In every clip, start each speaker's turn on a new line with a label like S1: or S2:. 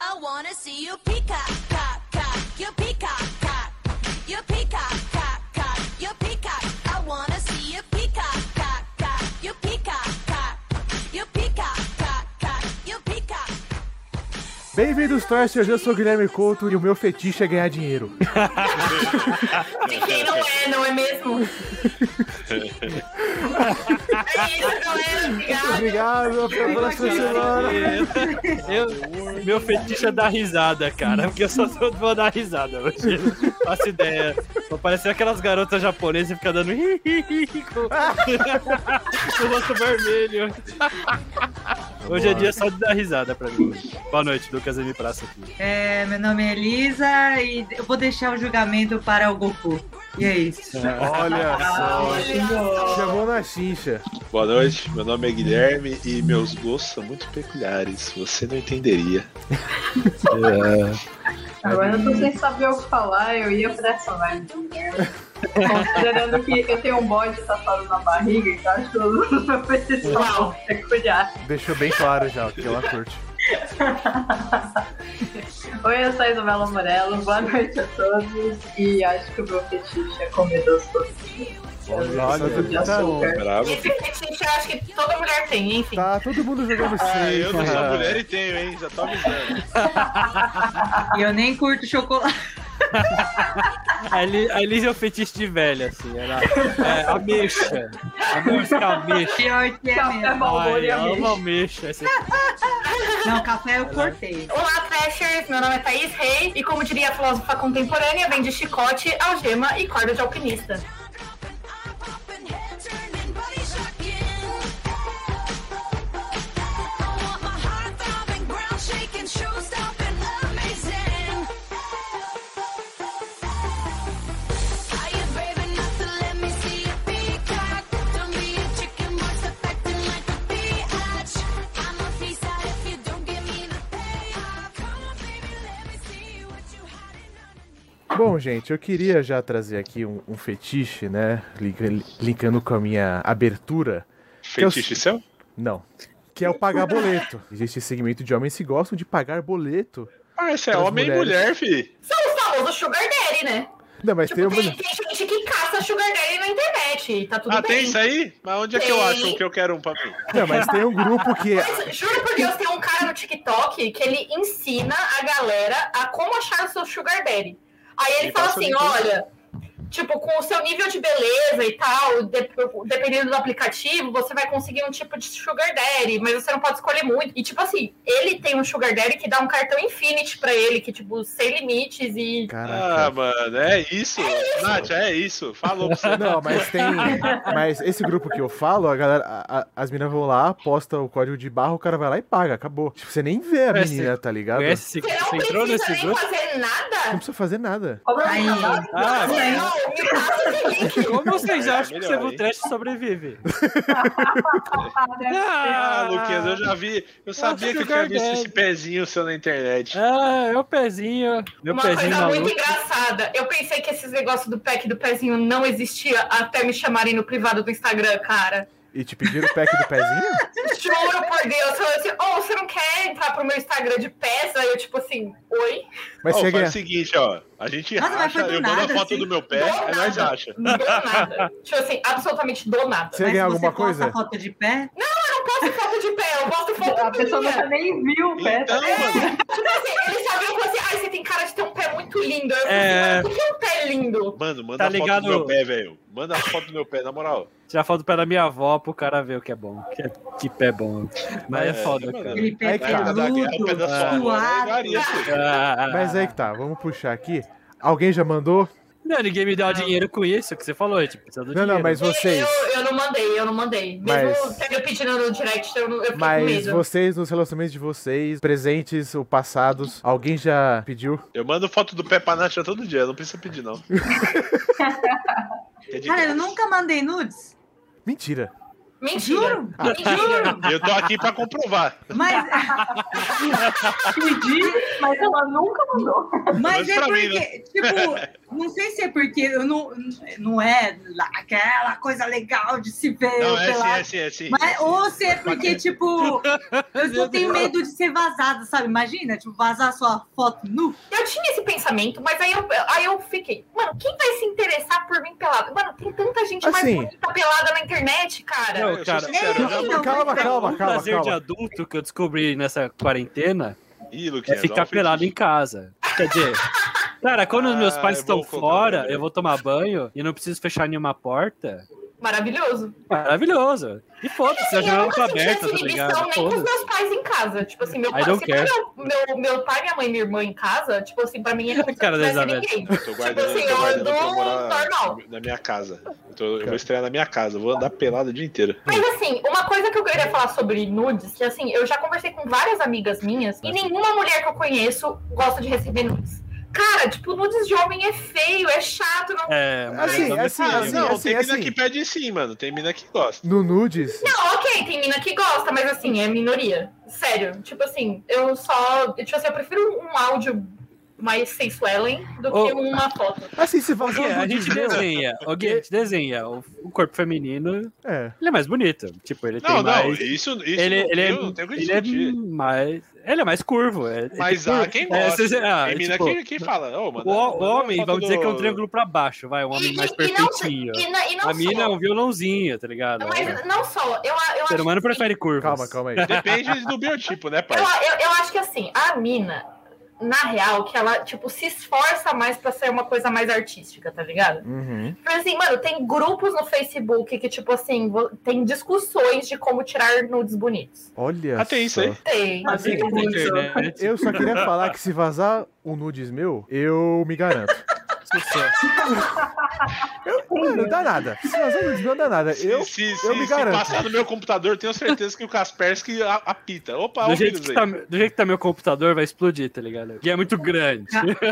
S1: I wanna see you peacock, cock, cock. You peacock, cock. You peacock, cock, cock. You peacock. I wanna see you peacock, cock, cock. You peacock, cock. You peacock, cock, cock. You peacock.
S2: Bem-vindos, Torcers. Eu sou o Guilherme Couto e o meu fetiche é ganhar dinheiro.
S3: De quem não é, não é mesmo? é isso, galera. Obrigado.
S2: Obrigado, até a próxima semana.
S4: Eu, meu fetiche é dar risada, cara. Porque eu só sou- vou dar risada hoje. Não faço ideia. Vou parecer aquelas garotas japonesas e ficar dando hi, hi, hi, hi, com com o rosto vermelho. Hoje é dia só de dar risada pra mim. Boa noite, Lucas M. Praça aqui.
S3: É, meu nome é Elisa e eu vou deixar o julgamento para o Goku. E é isso.
S2: Olha só. Chamou na chincha.
S5: Boa noite, meu nome é Guilherme e meus gostos são muito peculiares, você não entenderia.
S6: Agora eu tô sem saber o que falar, eu ia pra essa vibe. Considerando que eu tenho um bode safado na barriga, então acho que eu vou pessoal peculiar.
S2: Deixou bem claro já o que ela curte.
S6: Oi, eu sou a Isabela Morello, boa noite a todos. E acho que o meu fetiche é comer doce docinho.
S2: Olha,
S6: de
S2: tá
S6: açúcar.
S5: Bravo.
S3: Esse fetiche eu acho que toda mulher tem, enfim.
S2: Tá todo mundo jogando
S5: Ah, eu não sou
S2: safe. né?
S5: mulher e tenho, hein? Já tô avisando.
S3: E eu nem curto chocolate.
S4: A Eli- a Elisa é o fetiche de velha, assim. Ela é ameixa. A música ameixa.
S3: Pior que é
S6: Café
S3: mesmo.
S6: Malboro
S4: Ai,
S6: e
S4: eu amo
S6: ameixa.
S4: ameixa. Esse-
S3: Não, café eu cortei.
S7: Olá, Trashers! Meu nome é Thaís Rei e, como diria a filósofa contemporânea, vem de chicote, algema e corda de alpinista.
S1: Poppin' head turnin', body shocking. I want my heart throbbing, ground shaking, show stopping, amazing. Are you brave enough to let me see a peacock? Don't be a chicken, boy, stop acting like a biatch. I'm a piece out if you don't give me the payoff. Come on, baby, let me see what you hiding under.
S2: Bom, gente, eu queria já trazer aqui um, um fetiche, né? Linka- Linkando com a minha abertura.
S5: Fetiche seu?
S2: Não. Que é o pagar boleto. Existe esse segmento de homens que gostam de pagar boleto.
S5: Ah, esse é
S2: Das
S5: homem
S2: mulheres.
S5: e mulher, fi.
S7: São os famosos Sugar Daddy, né?
S2: Não, mas tem
S7: Tipo,
S2: uma.
S7: tem, tem gente que caça Sugar Daddy na internet e tá tudo
S5: Ah, tem
S7: bem.
S5: isso aí? Mas onde é que eu
S7: Tem.
S5: acho que eu quero um pra mim?
S2: Não, mas tem um grupo que.
S7: Mas, juro por Deus, tem um cara no TikTok que ele ensina a galera a como achar o seu Sugar Daddy. Aí ele
S5: Me
S7: fala
S5: passa o
S7: assim:
S5: link.
S7: olha, tipo, com o seu nível de beleza e tal, de- dependendo do aplicativo, você vai conseguir um tipo de Sugar Daddy, mas você não pode escolher muito. E, tipo assim, ele tem um Sugar Daddy que dá um cartão Infinity pra ele, que, tipo, sem limites e.
S5: Ah,
S2: Caraca.
S5: mano, é isso. Nath, é isso. Falou pra você.
S2: Não, mas tem. Mas esse grupo que eu falo, a galera. a- a- as meninas vão lá, aposta o código de barra, o cara vai lá e paga. Acabou. Tipo, você nem vê a
S4: Conhece-
S2: menina, tá ligado? Não
S4: Conhece esse
S7: Você não
S4: Você entrou
S7: precisa
S4: nesse
S7: nem
S4: grupo?
S7: fazer nada?
S2: precisa fazer nada.
S3: Aí,
S4: Ah,
S7: Não,
S4: mas-
S7: me passa esse link.
S4: Como vocês
S5: É,
S4: acham que
S5: melhor,
S4: o
S5: hein?
S4: trash sobrevive?
S5: Ah, Luquinhas, eu já vi. Eu sabia que eu tinha
S4: Sugar
S5: visto
S4: Daddy.
S5: esse pezinho seu na
S2: É,
S5: internet.
S4: Ah, meu pezinho. Meu
S7: Uma
S4: pezinho
S7: coisa muito
S4: maluco.
S7: engraçada. Eu pensei que esses negócios do pack do pezinho não existia até me chamarem no privado do Instagram, cara.
S2: E te pediram o pack do pezinho?
S7: Juro por Deus. Eu assim, oh, você não quer entrar pro meu Instagram de pés? Aí eu, tipo assim, oi?
S2: Mas
S5: Ó,
S2: você
S5: faz
S2: ganha.
S5: o seguinte, ó. A gente
S3: Nossa, mas
S5: racha,
S3: foi do
S5: eu mando a
S3: nada,
S5: foto
S3: assim.
S5: do meu pé,
S7: Do
S5: aí é nós
S7: nada.
S5: acha.
S7: Do nada. tipo assim, absolutamente do nada.
S2: Você ganha
S3: Mas
S2: alguma
S3: você posta
S2: coisa?
S3: foto de pé?
S7: Eu não posto foto de pé, eu posto foto
S6: A pessoa
S7: minha.
S6: nunca nem viu o pé. É.
S5: Então, mano,
S7: Tipo assim, eles já viram e falaram assim, ai, você tem cara de ter um pé muito lindo. Aí Eu
S4: É.
S7: falei, mas o que é um pé lindo?
S5: mano, manda
S4: Tá
S5: a foto
S4: ligado?
S5: do meu pé, velho. Manda a foto do meu pé, na moral.
S4: Tirar foto pé da minha avó pro cara ver o que é bom. Que, é- que pé bom. Mas é,
S5: É,
S4: foda,
S5: mano.
S4: cara.
S3: Aquele pé
S2: Aí que tá.
S3: peludo, suado.
S4: Ah,
S2: Mas aí que tá, vamos puxar aqui. Alguém já mandou?
S4: Não, ninguém me dá o dinheiro com isso que você falou. Tipo, precisa do
S2: Não,
S4: dinheiro.
S2: não, mas vocês.
S7: Eu, eu não mandei, eu não mandei. Mesmo
S2: Mas-
S7: sendo pedindo no direct, eu, não- eu fiquei com
S2: Mas
S7: medo.
S2: vocês, nos relacionamentos de vocês, presentes ou passados, alguém já pediu?
S5: Eu mando foto do pé pra Nath todo dia, não precisa pedir, não. Que é de
S3: Cara, eu
S5: graça.
S3: nunca mandei nudes.
S2: Mentira.
S7: Mentira.
S3: Juro,
S7: Mentira.
S3: juro.
S5: Eu tô aqui pra comprovar.
S3: Mas,
S6: Pedi, mas ela nunca mandou.
S3: mas
S5: Mas
S3: é
S5: pra mim, né?
S3: porque, tipo, Não sei se é porque eu não, não é lá aquela coisa legal de se ver
S5: Não, é sim,
S3: pelado.
S5: é sim, é sim.
S3: Mas, ou se é porque, tipo, eu só
S4: Meu
S3: tenho medo de ser vazada, sabe? Imagina, tipo, vazar sua foto nu.
S7: Eu tinha esse pensamento, mas aí eu, aí eu fiquei, mano, quem vai se interessar por mim pelado? Mano, tem tanta gente mais
S2: Assim.
S7: bonita pelada na internet, cara.
S4: Não,
S5: eu sou
S4: cara.
S5: sincero, eu já-
S3: Então,
S2: calma,
S3: mas-
S2: calma, calma,
S4: Um prazer
S2: calma.
S4: de adulto que eu descobri nessa quarentena
S5: Ih,
S4: é
S5: Luquinhas, olha
S4: ficar
S5: o
S4: pelado em
S5: fetiche.
S4: casa. Quer dizer, cara, quando os meus
S5: Ah,
S4: pais
S5: é
S4: estão
S5: bom colocar,
S4: fora,
S5: né?
S4: eu vou tomar banho e não preciso fechar nenhuma porta.
S7: Maravilhoso.
S4: Maravilhoso. E foda-se, a
S7: eu
S4: janela
S7: nunca
S4: tá
S7: senti
S4: aberta,
S7: essa
S4: tá
S7: inibição
S4: ligado?
S7: nem com os
S4: Foda-se.
S7: meus pais em casa. Tipo assim, meu
S4: I
S7: pai,
S4: don't
S7: se for meu, meu, meu pai, minha mãe e minha irmã em casa, tipo assim, pra mim é como se
S4: Cara
S7: não
S4: da
S7: tivesse
S4: Elizabeth.
S7: ninguém.
S5: Eu tô guardando,
S7: Tipo
S5: eu
S7: assim,
S5: tô
S7: eu
S5: guardando pra eu
S7: ando
S5: morar
S7: normal.
S5: na minha casa. Eu, tô- eu vou estrear na minha casa, eu vou andar pelado o dia inteiro.
S7: Mas assim, uma coisa que eu queria falar sobre nudes, que assim, eu já conversei com várias amigas minhas e nenhuma mulher que eu conheço gosta de receber nudes. Cara, tipo, nudes de homem é feio, é chato, não.
S4: É, mas
S2: Assim,
S4: eu não
S2: assim,
S4: sei.
S5: Ah,
S2: assim,
S5: não, tem mina
S2: assim.
S5: que pede sim, mano. Tem mina que gosta.
S2: No nudes,
S7: Não, ok, tem mina que gosta, mas assim, é minoria. Sério. Tipo assim, eu só. Tipo assim, eu prefiro um áudio mais sensuelen do que
S4: Ô.
S7: uma foto.
S2: assim, se vazou
S4: Porque é.
S2: um
S4: a
S2: nudes
S4: gente
S2: meu-
S4: desenha, ok? A gente desenha o, o corpo feminino,
S2: É.
S4: ele é mais bonito. Tipo, ele
S5: Não,
S4: tem
S5: não,
S4: mais...
S5: isso, isso
S4: Ele,
S5: não,
S4: ele, é,
S5: eu não tenho o que
S4: ele é
S5: discutir.
S4: mais. Ele é mais curvo. É,
S5: Mas
S4: é
S5: há
S4: curvo.
S5: quem
S4: É,
S5: gosta.
S4: cê- ah,
S5: tem mina
S4: tipo,
S5: que, que fala, ô, mano.
S4: O, o homem,
S5: foto
S4: vamos dizer
S5: do-
S4: que é um triângulo pra baixo, vai. Um homem mais
S7: não-
S4: perfeitinho.
S7: E na- e não
S4: A mina é
S7: só.
S4: um violãozinho, tá ligado?
S7: Mas não só. Eu, eu
S4: O
S7: acho
S4: ser humano
S7: que-
S4: prefere curvas.
S2: Calma, calma aí.
S5: Depende do biotipo, né,
S7: Eu,
S5: pai?
S7: eu, eu acho que assim, a mina, na real, que ela, tipo, se esforça mais pra ser uma coisa mais artística, tá ligado?
S2: Uhum.
S7: Mas assim, mano, tem grupos no Facebook que, tipo assim, vo- tem discussões de como tirar nudes bonitos.
S2: Olha
S5: Ah, tem isso
S2: só.
S5: aí.
S7: Tem.
S4: Assim, na internet,
S2: Eu só queria falar que se vazar um nudes meu, eu me garanto.
S4: sucesso.
S2: Mano, dá nada. Se vazar um nudes meu, dá nada. Eu,
S5: se,
S2: eu
S5: se-
S2: me
S5: se
S2: garanto.
S5: passar no meu computador, tenho certeza que o Kaspersky a- apita. Opa, ô,
S4: Do jeito,
S5: vírus
S4: que
S5: aí.
S4: tá, do jeito que tá meu computador, vai explodir, tá ligado? E é muito grande.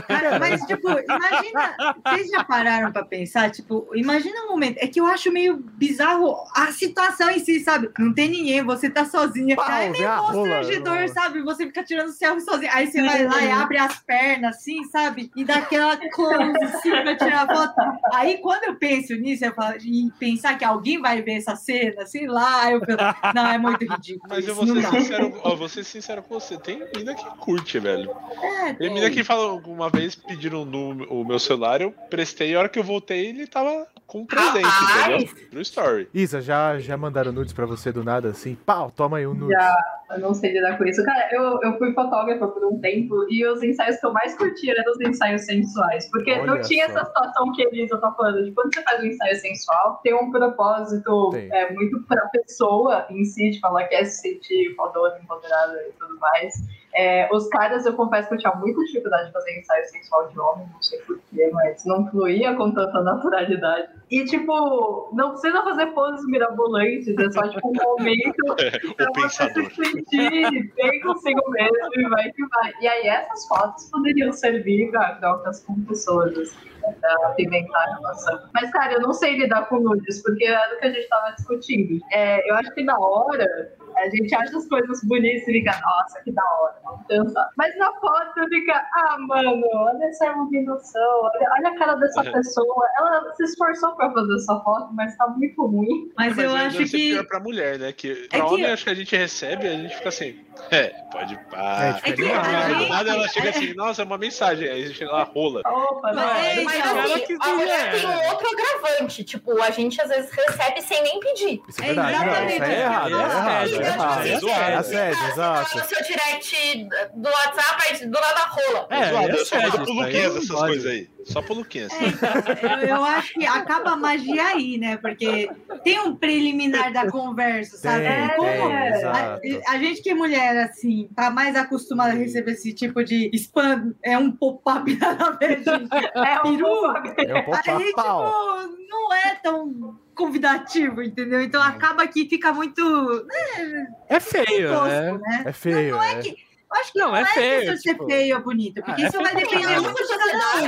S3: Cara, mas, tipo, imagina. Vocês já pararam pra pensar? Tipo, imagina um momento. É que eu acho meio bizarro a situação em si, sabe? Não tem ninguém, você tá sozinha.
S2: Pau,
S3: é
S2: vê a
S3: meio
S2: rola,
S3: constrangedor,
S2: não.
S3: sabe? Você fica tirando selfie sozinha. Aí você vai lá e abre as pernas, assim, sabe? E dá aquela close, assim, pra tirar a foto. Aí, quando eu penso nisso, eu falo, e pensar que alguém vai ver essa cena, sei lá, eu penso, não, é muito ridículo.
S5: Mas
S3: isso,
S5: eu vou
S3: não
S5: ser
S3: dá.
S5: sincero, ó, vou ser sincero com você. Tem mina que curte, velho.
S3: É,
S5: Tem mina que fala, uma vez pediram no, o meu celular, eu prestei, e a hora que eu voltei, ele tava com um presente,
S2: Ah,
S7: Rapaz!
S5: entendeu? True story.
S2: Isa, já, já mandaram nudes pra você do nada assim? Pau, toma aí um nude.
S6: Já, eu não sei lidar com isso. Cara, eu, eu fui fotógrafa por um tempo e os ensaios que eu mais curti eram os ensaios sensuais. Porque não
S2: Olha
S6: tinha
S2: só.
S6: essa situação que a Elisa tá falando. De quando você faz um ensaio sensual, tem um propósito
S2: Tem.
S6: é, muito pra pessoa em si, de falar que é se sentir fodona, empoderada e tudo mais. É, os caras, eu confesso que eu tinha muita dificuldade de fazer ensaio sensual de homem, não sei porquê, mas não fluía com tanta naturalidade. E, tipo, não precisa fazer poses mirabolantes, é só, tipo, um momento Tá
S2: então
S5: O pensador.
S6: se sentir bem consigo mesmo e vai que vai. E aí essas fotos poderiam servir pra ajudar outras pessoas, assim, pra apimentar a relação. Mas, cara, eu não sei lidar com nudes, porque era o que a gente tava discutindo. É, eu acho que na hora a gente acha as coisas bonitas e fica, nossa, que da hora, vamos dançar. Mas na foto fica, ah, mano, olha essa iluminação, olha, olha a cara dessa pessoa. Ela se esforçou pra fazer essa foto, mas tá muito ruim.
S3: Mas eu
S5: ainda
S3: acho
S5: Ah, deve ser
S3: que. É
S5: pior pra mulher, né? Que pra
S3: que-
S5: homem, acho que a gente recebe e a gente fica assim, é, pode
S2: É,
S5: pá.
S2: tipo,
S3: É que
S5: Aí,
S3: a
S5: do
S3: gente-
S5: nada ela chega assim, nossa, é uma mensagem. Aí chega lá, rola.
S6: Opa,
S3: Mas
S6: né?
S3: é
S7: Mas
S3: Então,
S4: ela
S7: assim,
S4: que
S7: a mulher
S4: vier.
S7: tem um outro agravante. Tipo, a gente às vezes recebe sem nem pedir.
S2: Isso é
S3: É
S2: verdade. Não,
S3: exatamente
S2: isso aí é
S3: isso.
S2: errado, é errado, é
S7: Então, tipo
S2: errado.
S7: assim,
S5: é zoado.
S7: cara,
S2: Assédio,
S7: você tá lá
S2: exato.
S7: No seu direct do WhatsApp, aí do nada rola.
S4: É,
S5: Zoado,
S4: é
S5: eu só
S4: sério,
S5: mando pro
S4: isso aí
S5: Luquinhas
S4: não
S5: essas
S4: pode.
S5: coisas aí. Só pro Luquinhas.
S3: É, então, eu, eu acho que acaba a magia aí, né? Porque tem um preliminar da conversa,
S2: Tem,
S3: sabe? Como
S2: tem,
S3: a,
S2: exato.
S3: a gente que é mulher, assim, tá mais acostumada a receber esse tipo de spam, é um pop-up na verdade.
S6: É um
S3: Peru.
S2: É um
S3: Aí,
S2: pouco
S3: tipo,
S2: pau.
S3: não é tão convidativo, entendeu? Então acaba que fica muito
S4: É feio,
S3: tosco,
S4: né?
S3: né?
S2: É feio,
S3: Não é
S2: né?
S3: que. acho que
S4: Não,
S3: não,
S4: é
S3: é,
S4: feio,
S3: questão de ser
S4: tipo-
S3: feio ou bonito, porque
S4: Ah, é
S3: isso vai
S4: feio pra
S3: depender
S4: caralho.
S3: muito de cada um.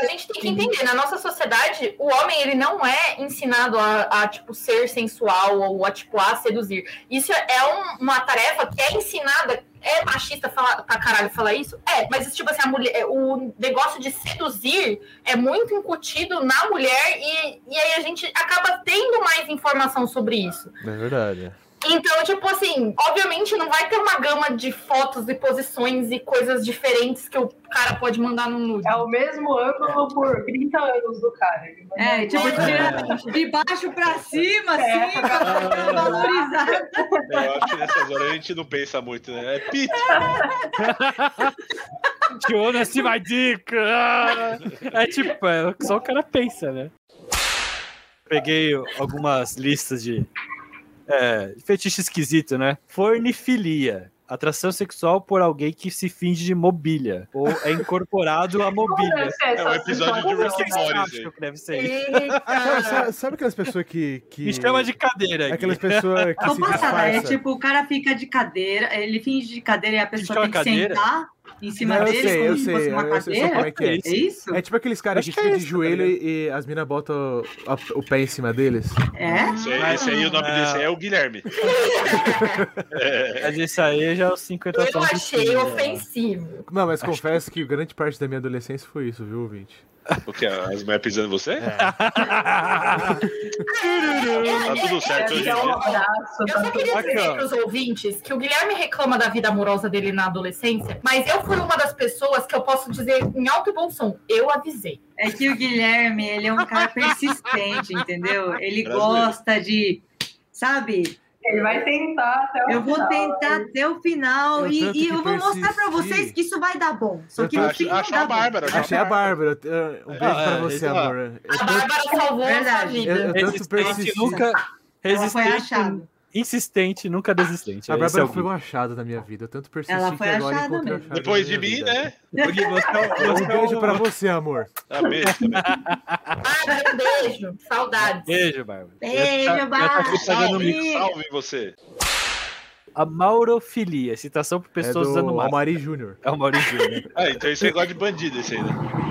S7: A gente tem que entender, na nossa sociedade, o homem ele não é ensinado a, a, tipo ser sensual ou a tipo a seduzir. Isso é um- uma tarefa que é ensinada. É machista falar pra caralho falar isso? É, mas tipo assim, a mulher, o negócio de seduzir é muito incutido na mulher e, e aí a gente acaba tendo mais informação sobre isso.
S2: É verdade.
S7: Então, tipo assim, obviamente não vai ter uma gama de fotos e posições e coisas diferentes que o cara pode mandar no nude.
S6: É o mesmo ângulo por 30 anos do cara. Ele vai-
S3: É, tipo, tira de baixo pra cima, assim, pra, pra valorizar.
S5: Eu acho que nessas horas a gente não pensa muito, né? É pit.
S4: Que olho assim vai dica! Ah! É tipo, é o que só o cara pensa, né? Peguei algumas listas de é, fetiche esquisito, né? Fornifilia. Atração sexual por alguém que se finge de mobília. Ou é incorporado a
S6: Como
S4: mobília.
S6: deve ser essa
S5: É um episódio de
S6: situação?
S5: Rick and Morty, gente.
S4: que deve ser isso?
S3: Ah.
S2: Cara,
S7: Eita!
S2: Ah, sabe, sabe aquelas pessoas que. que...
S4: Me chama de cadeira. aqui.
S2: Aquelas pessoas que
S3: Vou
S2: se
S3: passar, é
S2: disfarçam.
S3: tipo, o cara fica de cadeira, ele finge de cadeira e a pessoa tem
S4: Finge que é
S3: que
S4: uma cadeira?
S3: sentar em cima
S2: Não, eu
S3: dele
S2: sei, eu
S3: como se
S2: sei,
S3: fosse uma
S2: eu sei só como
S3: cadeira.
S2: é que é.
S3: É isso?
S2: É tipo aqueles caras
S4: Acho
S2: que
S4: que é
S2: ficam de
S3: tá
S4: isso,
S2: joelho e, e as minas botam a- o pé em cima deles.
S3: É?
S5: Esse aí, esse aí, o nome
S4: Ah.
S5: desse aí é o Guilherme.
S4: Mas isso aí já é os 50
S7: Eu
S4: tons de né?
S7: achei
S4: cinza.
S7: ofensivo.
S2: Não, mas confesso que... grande parte da minha adolescência foi isso, viu, ouvinte?
S5: O que? As mulheres pisando em você?
S4: É.
S5: Tá tudo
S6: É,
S5: certo hoje
S6: é um
S5: em dia.
S6: abraço.
S7: Eu só
S6: tá
S7: queria
S4: Aqui, ó.
S7: dizer para os ouvintes que o Guilherme reclama da vida amorosa dele na adolescência, mas eu fui uma das pessoas que eu posso dizer em alto e bom som, eu avisei.
S3: É que o Guilherme, ele é um cara persistente, entendeu? Ele
S5: Brasileiro.
S3: gosta de, sabe?
S6: Ele vai tentar até o
S3: Eu vou
S6: final.
S3: tentar até o final
S2: Eu tanto
S3: e, e
S2: que
S3: eu vou mostrar pra
S2: persisti.
S3: vocês que isso vai dar bom. Só
S2: Eu
S3: que no
S2: tanto-
S3: fim
S5: Acho,
S3: não
S5: acho a
S3: dá bom.
S5: Bárbara. né?
S2: Achei
S3: é.
S2: a Bárbara. eu- Um beijo
S4: Ah,
S2: pra
S4: é,
S2: você,
S4: isso lá.
S2: amor. Eu
S7: A
S2: tanto-
S7: Bárbara salvou a sua
S3: Verdade.
S2: eu- eu
S7: vida.
S2: tanto
S4: Resistente
S2: persisti.
S4: nunca.
S3: Ela foi
S4: Resistente,
S3: achada.
S4: insistente, nunca desistente.
S2: A
S4: Esse é
S2: Bárbara
S4: o
S2: foi
S4: Gui.
S2: uma achada da minha vida. Eu tanto persisti
S3: Ela foi
S2: que agora
S3: achada
S2: encontrei
S3: mesmo.
S2: a achada
S5: Depois
S2: da
S5: de
S2: minha
S5: mim,
S2: vida.
S5: né?
S4: Ô, Gui, você é o- você
S2: Um
S4: é
S2: beijo
S4: o-
S2: pra você, amor.
S5: Ah, beijo também.
S7: Bárbara, um beijo. Saudades.
S4: Beijo, Bárbara.
S3: Beijo,
S4: Já tá- já tá
S3: Bárbara.
S4: aqui pagando
S3: Sim.
S4: mico.
S5: Salve, salve você.
S4: A maurofilia, excitação por pessoas
S2: é
S4: usando
S2: do
S4: máscara.
S2: Almari Júnior.
S4: É o Maurício, né?
S5: Ah, então esse aí gosta de bandido, esse aí, né?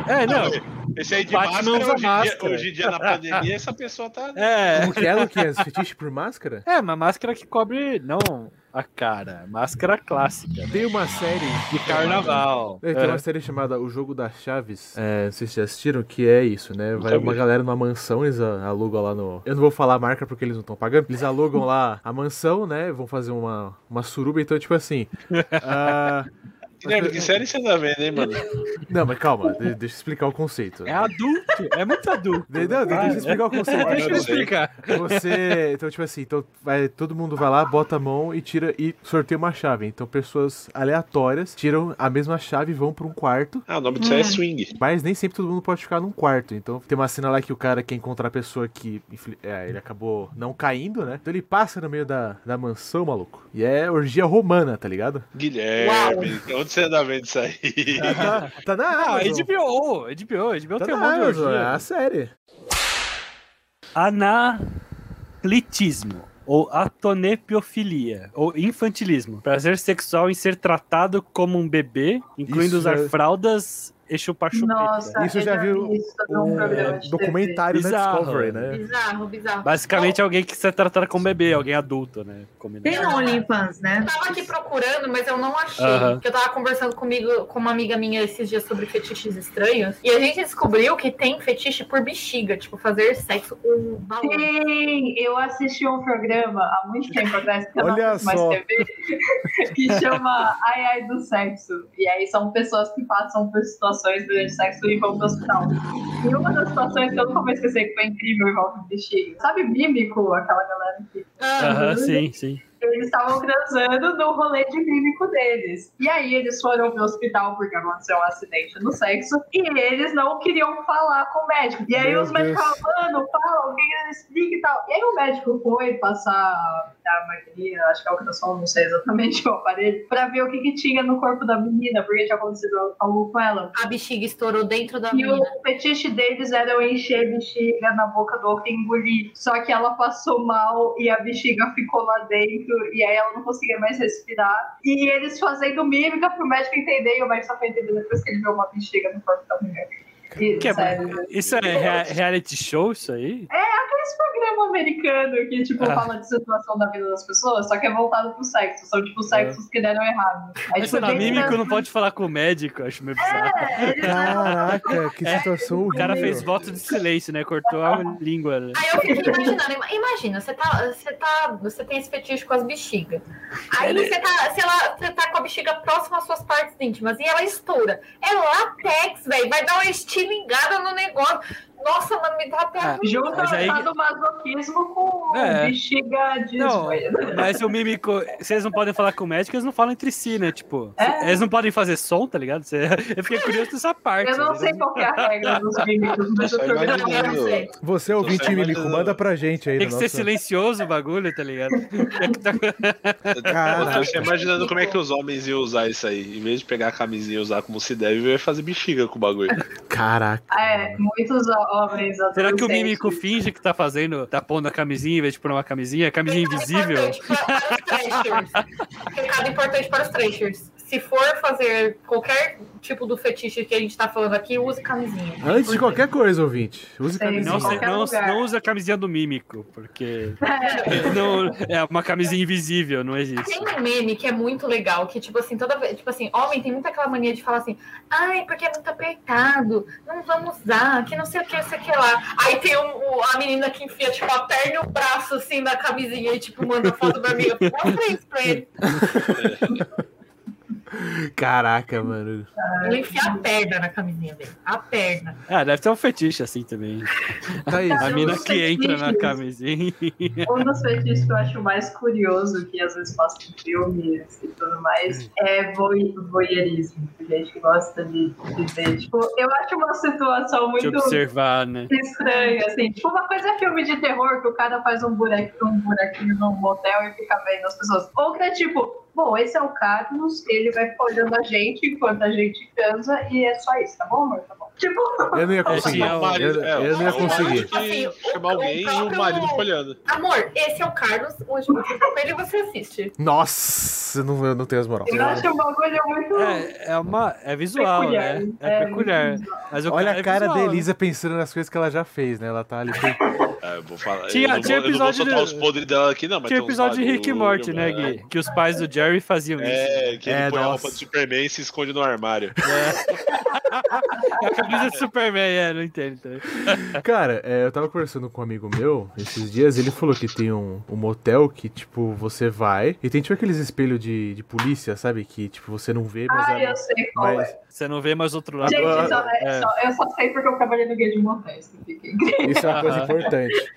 S4: É, não.
S5: Esse aí de
S4: Bate,
S5: máscara,
S4: não usa
S5: hoje, Em
S4: máscara.
S5: dia, hoje em dia na pandemia, essa pessoa tá.
S4: É,
S2: Como que é, Luquinhas? Fetiche por máscara?
S4: é, uma máscara que cobre, não a cara, máscara clássica, né?
S2: Tem uma série
S4: De carnaval.
S2: É, tem
S4: É.
S2: uma série chamada O Jogo das Chaves. É, não sei se vocês já assistiram, que é isso, né? Vai uma galera numa mansão, eles a- alugam lá no. Eu não vou falar a marca porque eles não estão pagando. Eles alugam lá a mansão, né? Vão fazer uma, uma suruba, então, tipo assim. ah,
S4: É.
S5: Guilherme, que série você tá vendo, hein, mano?
S2: Não, mas calma, de- deixa eu explicar o conceito.
S4: É adulto, é muito adulto.
S2: De- não, de- deixa eu explicar o conceito.
S4: Deixa eu
S5: Guarda-roupa.
S4: explicar.
S2: Você. Então, tipo assim, então vai, todo mundo vai lá, bota a mão e tira e sorteia uma chave. Então, pessoas aleatórias tiram a mesma chave e vão pra um quarto.
S5: Ah, o nome disso aí é Swing.
S2: Mas nem sempre todo mundo pode ficar num quarto. Então tem uma cena lá que o cara quer encontrar a pessoa que. infli- é, ele acabou não caindo, né? Então ele passa no meio da, da mansão, maluco. E é orgia romana, tá ligado?
S5: Guilherme, onde você anda vendo isso aí?
S2: Tá, tá na
S4: Ah,
S2: Amazon.
S4: HBO, HBO, HBO
S2: Tá
S4: tem um
S2: na
S4: monte de
S2: Amazon, é
S4: orgia.
S2: a série.
S4: Anaclitismo ou atonepiofilia ou infantilismo, prazer sexual em ser tratado como um bebê, incluindo
S2: Isso
S4: usar
S2: é-
S4: fraldas e chupar chupeta.
S6: Nossa,
S2: Isso
S6: eu
S2: já
S6: vi
S2: viu
S6: isso num programa
S2: Um
S6: de
S2: documentário da
S4: Bizarro.
S2: Discovery, né?
S7: Bizarro, bizarro.
S4: Basicamente alguém que se tratado como um bebê, alguém adulto, né? Combinado.
S3: Tem no OnlyFans, né?
S7: Eu tava aqui procurando, mas eu não achei.
S4: Aham.
S7: Porque Eu tava conversando comigo, com uma amiga minha esses dias sobre fetiches estranhos. E a gente descobriu que tem fetiche por bexiga, tipo, fazer sexo com um balão.
S6: Sim, eu assisti um programa há muito tempo atrás que eu
S2: Olha
S6: não assisto mais
S2: só.
S6: TV, que chama Ai Ai do Sexo. E aí são pessoas que passam por situações durante o sexo e vão pro hospital. E uma das situações que eu nunca vou esquecer que foi incrível envolve bexiga. Sabe mímico, aquela galera que
S4: Aham, sim, sim.
S6: eles estavam transando no rolê de mímico deles. E aí eles foram pro hospital porque aconteceu um acidente no sexo e eles não queriam falar com o médico. E aí
S2: Meu
S6: os médicos
S2: Deus.
S6: falavam, mano, fala, alguém explica e tal. E aí o médico foi passar a maquininha, acho que é o ultrassom, não sei exatamente o aparelho, pra ver o que, que tinha no corpo da menina, porque tinha acontecido algo com ela.
S7: A bexiga estourou dentro da
S6: E
S7: menina.
S6: o fetiche deles era eu encher bexiga na boca do outro e engolir. Só que ela passou mal e a bexiga ficou lá dentro e aí ela não conseguia mais respirar. E eles fazendo mímica pro médico entender, e o médico só foi entender depois que ele viu uma bexiga no corpo da mulher. E,
S4: Que é-
S6: sério,
S4: Isso é rea- reality show, isso aí?
S6: esse programa americano que, tipo,
S4: Ah.
S6: fala de situação da vida das pessoas, só que é voltado pro sexo. São, tipo, sexos que deram errado.
S4: É.
S6: Aí, tipo,
S4: Mas sei lá,
S6: dentro
S4: mímico
S6: das-
S4: não pode falar com o médico, acho meio bizarro.
S6: É, eles-
S2: Caraca, que situação
S4: É, O cara
S2: horrível.
S4: fez voto de silêncio, né? Cortou a língua. né?
S7: Aí eu fiquei imaginando, ima- imagina, você tá, você tá, você tem esse fetiche com as bexigas. Aí você tá, sei lá, você tá com a bexiga próxima às suas partes íntimas e ela estoura. É látex, velho, vai dar uma estilingada no negócio. Nossa, mano, me dá até
S4: Ah,
S7: ruim.
S6: Junta
S4: Mas aí-
S6: o masoquismo com
S4: É.
S6: bexiga de
S4: Não,
S6: esmoia.
S4: Mas o mímico, se eles não podem falar com o médico, eles não falam entre si, né? Tipo,
S6: É.
S4: eles não podem fazer som, tá ligado? Você- Eu fiquei curioso dessa parte.
S6: Eu não
S4: né?
S6: sei qual que é a regra dos mímicos, mas eu
S5: Só
S6: tô
S7: Eu não
S5: imaginando.
S7: sei.
S2: Você é ouvinte
S5: Você-
S2: mímico, manda pra gente aí.
S4: Tem
S2: no
S4: que ser
S2: nosso-
S4: silencioso o bagulho, tá ligado? É que tá-
S5: Eu
S2: Caraca.
S5: tô imaginando como é que os homens iam usar isso aí. Em vez de pegar a camisinha e usar como se deve, eu ia fazer bexiga com o bagulho.
S2: Caraca.
S6: É, muitos homens
S4: Será que o
S6: adolescentes.
S4: mímico finge que tá fazendo, tá pondo a camisinha em vez de pôr uma camisinha? Camisinha
S6: tá
S4: invisível?
S7: Recado importante para os trashers. Recado importante para os trashers. Se for fazer qualquer tipo do fetiche que a gente tá falando aqui, use camisinha.
S2: Antes de qualquer coisa, ouvinte, use
S6: Sei.
S2: camisinha.
S4: Não, se-
S6: qualquer
S4: não-
S6: lugar.
S4: não usa a camisinha do mímico, porque não- é uma camisinha invisível, não existe.
S7: Tem um meme que é muito legal, que tipo assim, toda vez, tipo assim, homem tem muita aquela mania de falar assim, ai, porque é muito apertado, não vamos usar, que não sei o que, não sei o que lá. Aí tem um- o- a menina que enfia, tipo, a perna e o braço assim na camisinha e tipo, manda foto pra mim. Eu falo, "Mostra isso pra ele.
S2: Caraca, mano.
S7: Ela enfia a perna na camisinha dele. A perna.
S4: Ah, deve ter um fetiche assim também.
S2: Thaís,
S4: A mina
S6: os
S4: que entra na
S6: fetiches.
S4: camisinha.
S6: Um dos fetiches que eu acho mais curioso, que às vezes passa em filmes e tudo
S4: Hum.
S6: mais, é voy- voyeurismo. Tem Gente que gosta de, de ver. Tipo, eu acho uma situação
S4: de
S6: muito
S4: observar, né?
S6: estranha, assim. Tipo, uma coisa é filme de terror, que o cara faz um buraquinho, um buraquinho num motel e fica vendo as pessoas. Outra é tipo, bom, esse é o Carlos, ele vai ficar olhando a gente enquanto a gente cansa e é só isso, tá bom, amor? Tá bom. Tipo,
S2: eu não ia conseguir.
S4: Esse é o-
S2: Eu, eu não ia
S5: o marido
S2: conseguir.
S5: que Chama alguém e Assim, o marido fica olhando.
S7: Amor, esse é o Carlos, hoje eu fico com ele e você assiste.
S2: Nossa, eu não, eu não tenho as moral.
S6: eu acho um bagulho muito.
S4: É, é uma. É visual,
S6: Peculiar,
S4: né? É,
S6: é,
S4: peculiar. Mas o
S2: Olha
S4: é
S2: a cara da
S4: visual, né?
S2: Elisa pensando nas coisas que ela já fez, né? Ela tá ali.
S5: É, eu vou falar.
S4: Tinha-
S5: eu não,
S4: tinha
S5: vou, eu não vou
S4: episódio
S5: soltar
S4: de-
S5: os podres dela aqui, não. Mas
S4: Tinha
S5: tem uns
S4: episódio de Rick e Morty, né,
S5: bagulho,
S4: Gui? Que os pais do Jerry faziam isso.
S5: É, que ele
S2: É,
S5: põe a
S2: nossa.
S5: roupa do Superman e se esconde no armário.
S4: A camisa do Superman, é, não entendo. também.
S2: Cara, é, eu tava conversando com um amigo meu esses dias, ele falou que tem um, um motel que, tipo, você vai e tem tipo aqueles espelhos de, de polícia, sabe? Que, tipo, você não vê, mas.
S6: Ai,
S2: a-
S6: eu sei qual é.
S2: mas
S4: Você não vê mais outro lado.
S6: Gente,
S2: Agora-
S6: só-
S4: é.
S6: só- né? eu só sei porque eu trabalhei no guia de motéis. que fiquei-
S2: isso é uma coisa importante.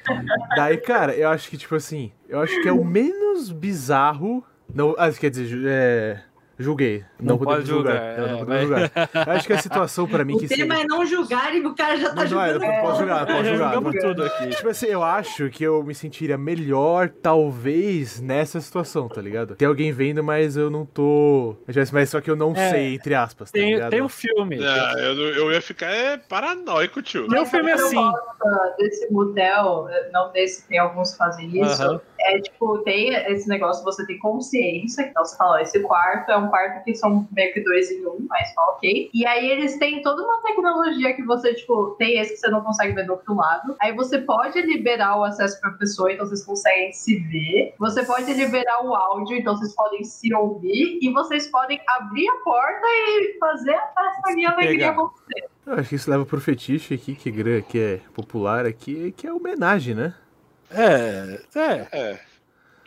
S2: Daí, cara, eu acho que, tipo assim, eu acho que é o menos bizarro. Não, ah, quer dizer, ju- é, julguei. Não,
S4: Não
S2: podemos
S4: pode
S2: julgar.
S4: julgar,
S2: Eu não
S4: é,
S2: podemos julgar. Eu acho que a situação pra mim
S3: O
S2: que
S3: tema é não julgar e o cara já tá
S2: Não, não, é,
S3: julgando.
S2: não posso julgar, não posso
S4: É,
S2: julgar.
S4: jogamos tudo aqui.
S2: Tipo assim, eu acho que eu me sentiria melhor, talvez, nessa situação, tá ligado? Tem alguém vendo, mas eu não tô. Eu tivesse- Mas só que eu não
S4: É.
S2: sei, entre aspas, tá
S4: Tem,
S2: ligado?
S4: tem um filme.
S5: Ah, eu, não- eu ia ficar é, paranoico, tio.
S4: Tem um filme
S6: Mas eu
S4: assim.
S6: gosto Desse motel, não desse, tem alguns que fazem isso.
S4: Aham.
S6: É tipo, tem esse negócio, você tem consciência, então você fala, ó, esse quarto é um quarto que são meio que dois em um, mas tá ok. E aí eles têm toda uma tecnologia que você, tipo, tem esse que você não consegue ver do outro lado. Aí você pode liberar o acesso pra pessoa, então vocês conseguem se ver. Você pode liberar o áudio, então vocês podem se ouvir. E vocês podem abrir a porta e fazer a festa minha alegria
S4: Pegar.
S6: com
S2: Eu acho que isso leva pro fetiche aqui, que, gra- que é popular aqui, que é homenagem, né?
S4: É,
S5: É.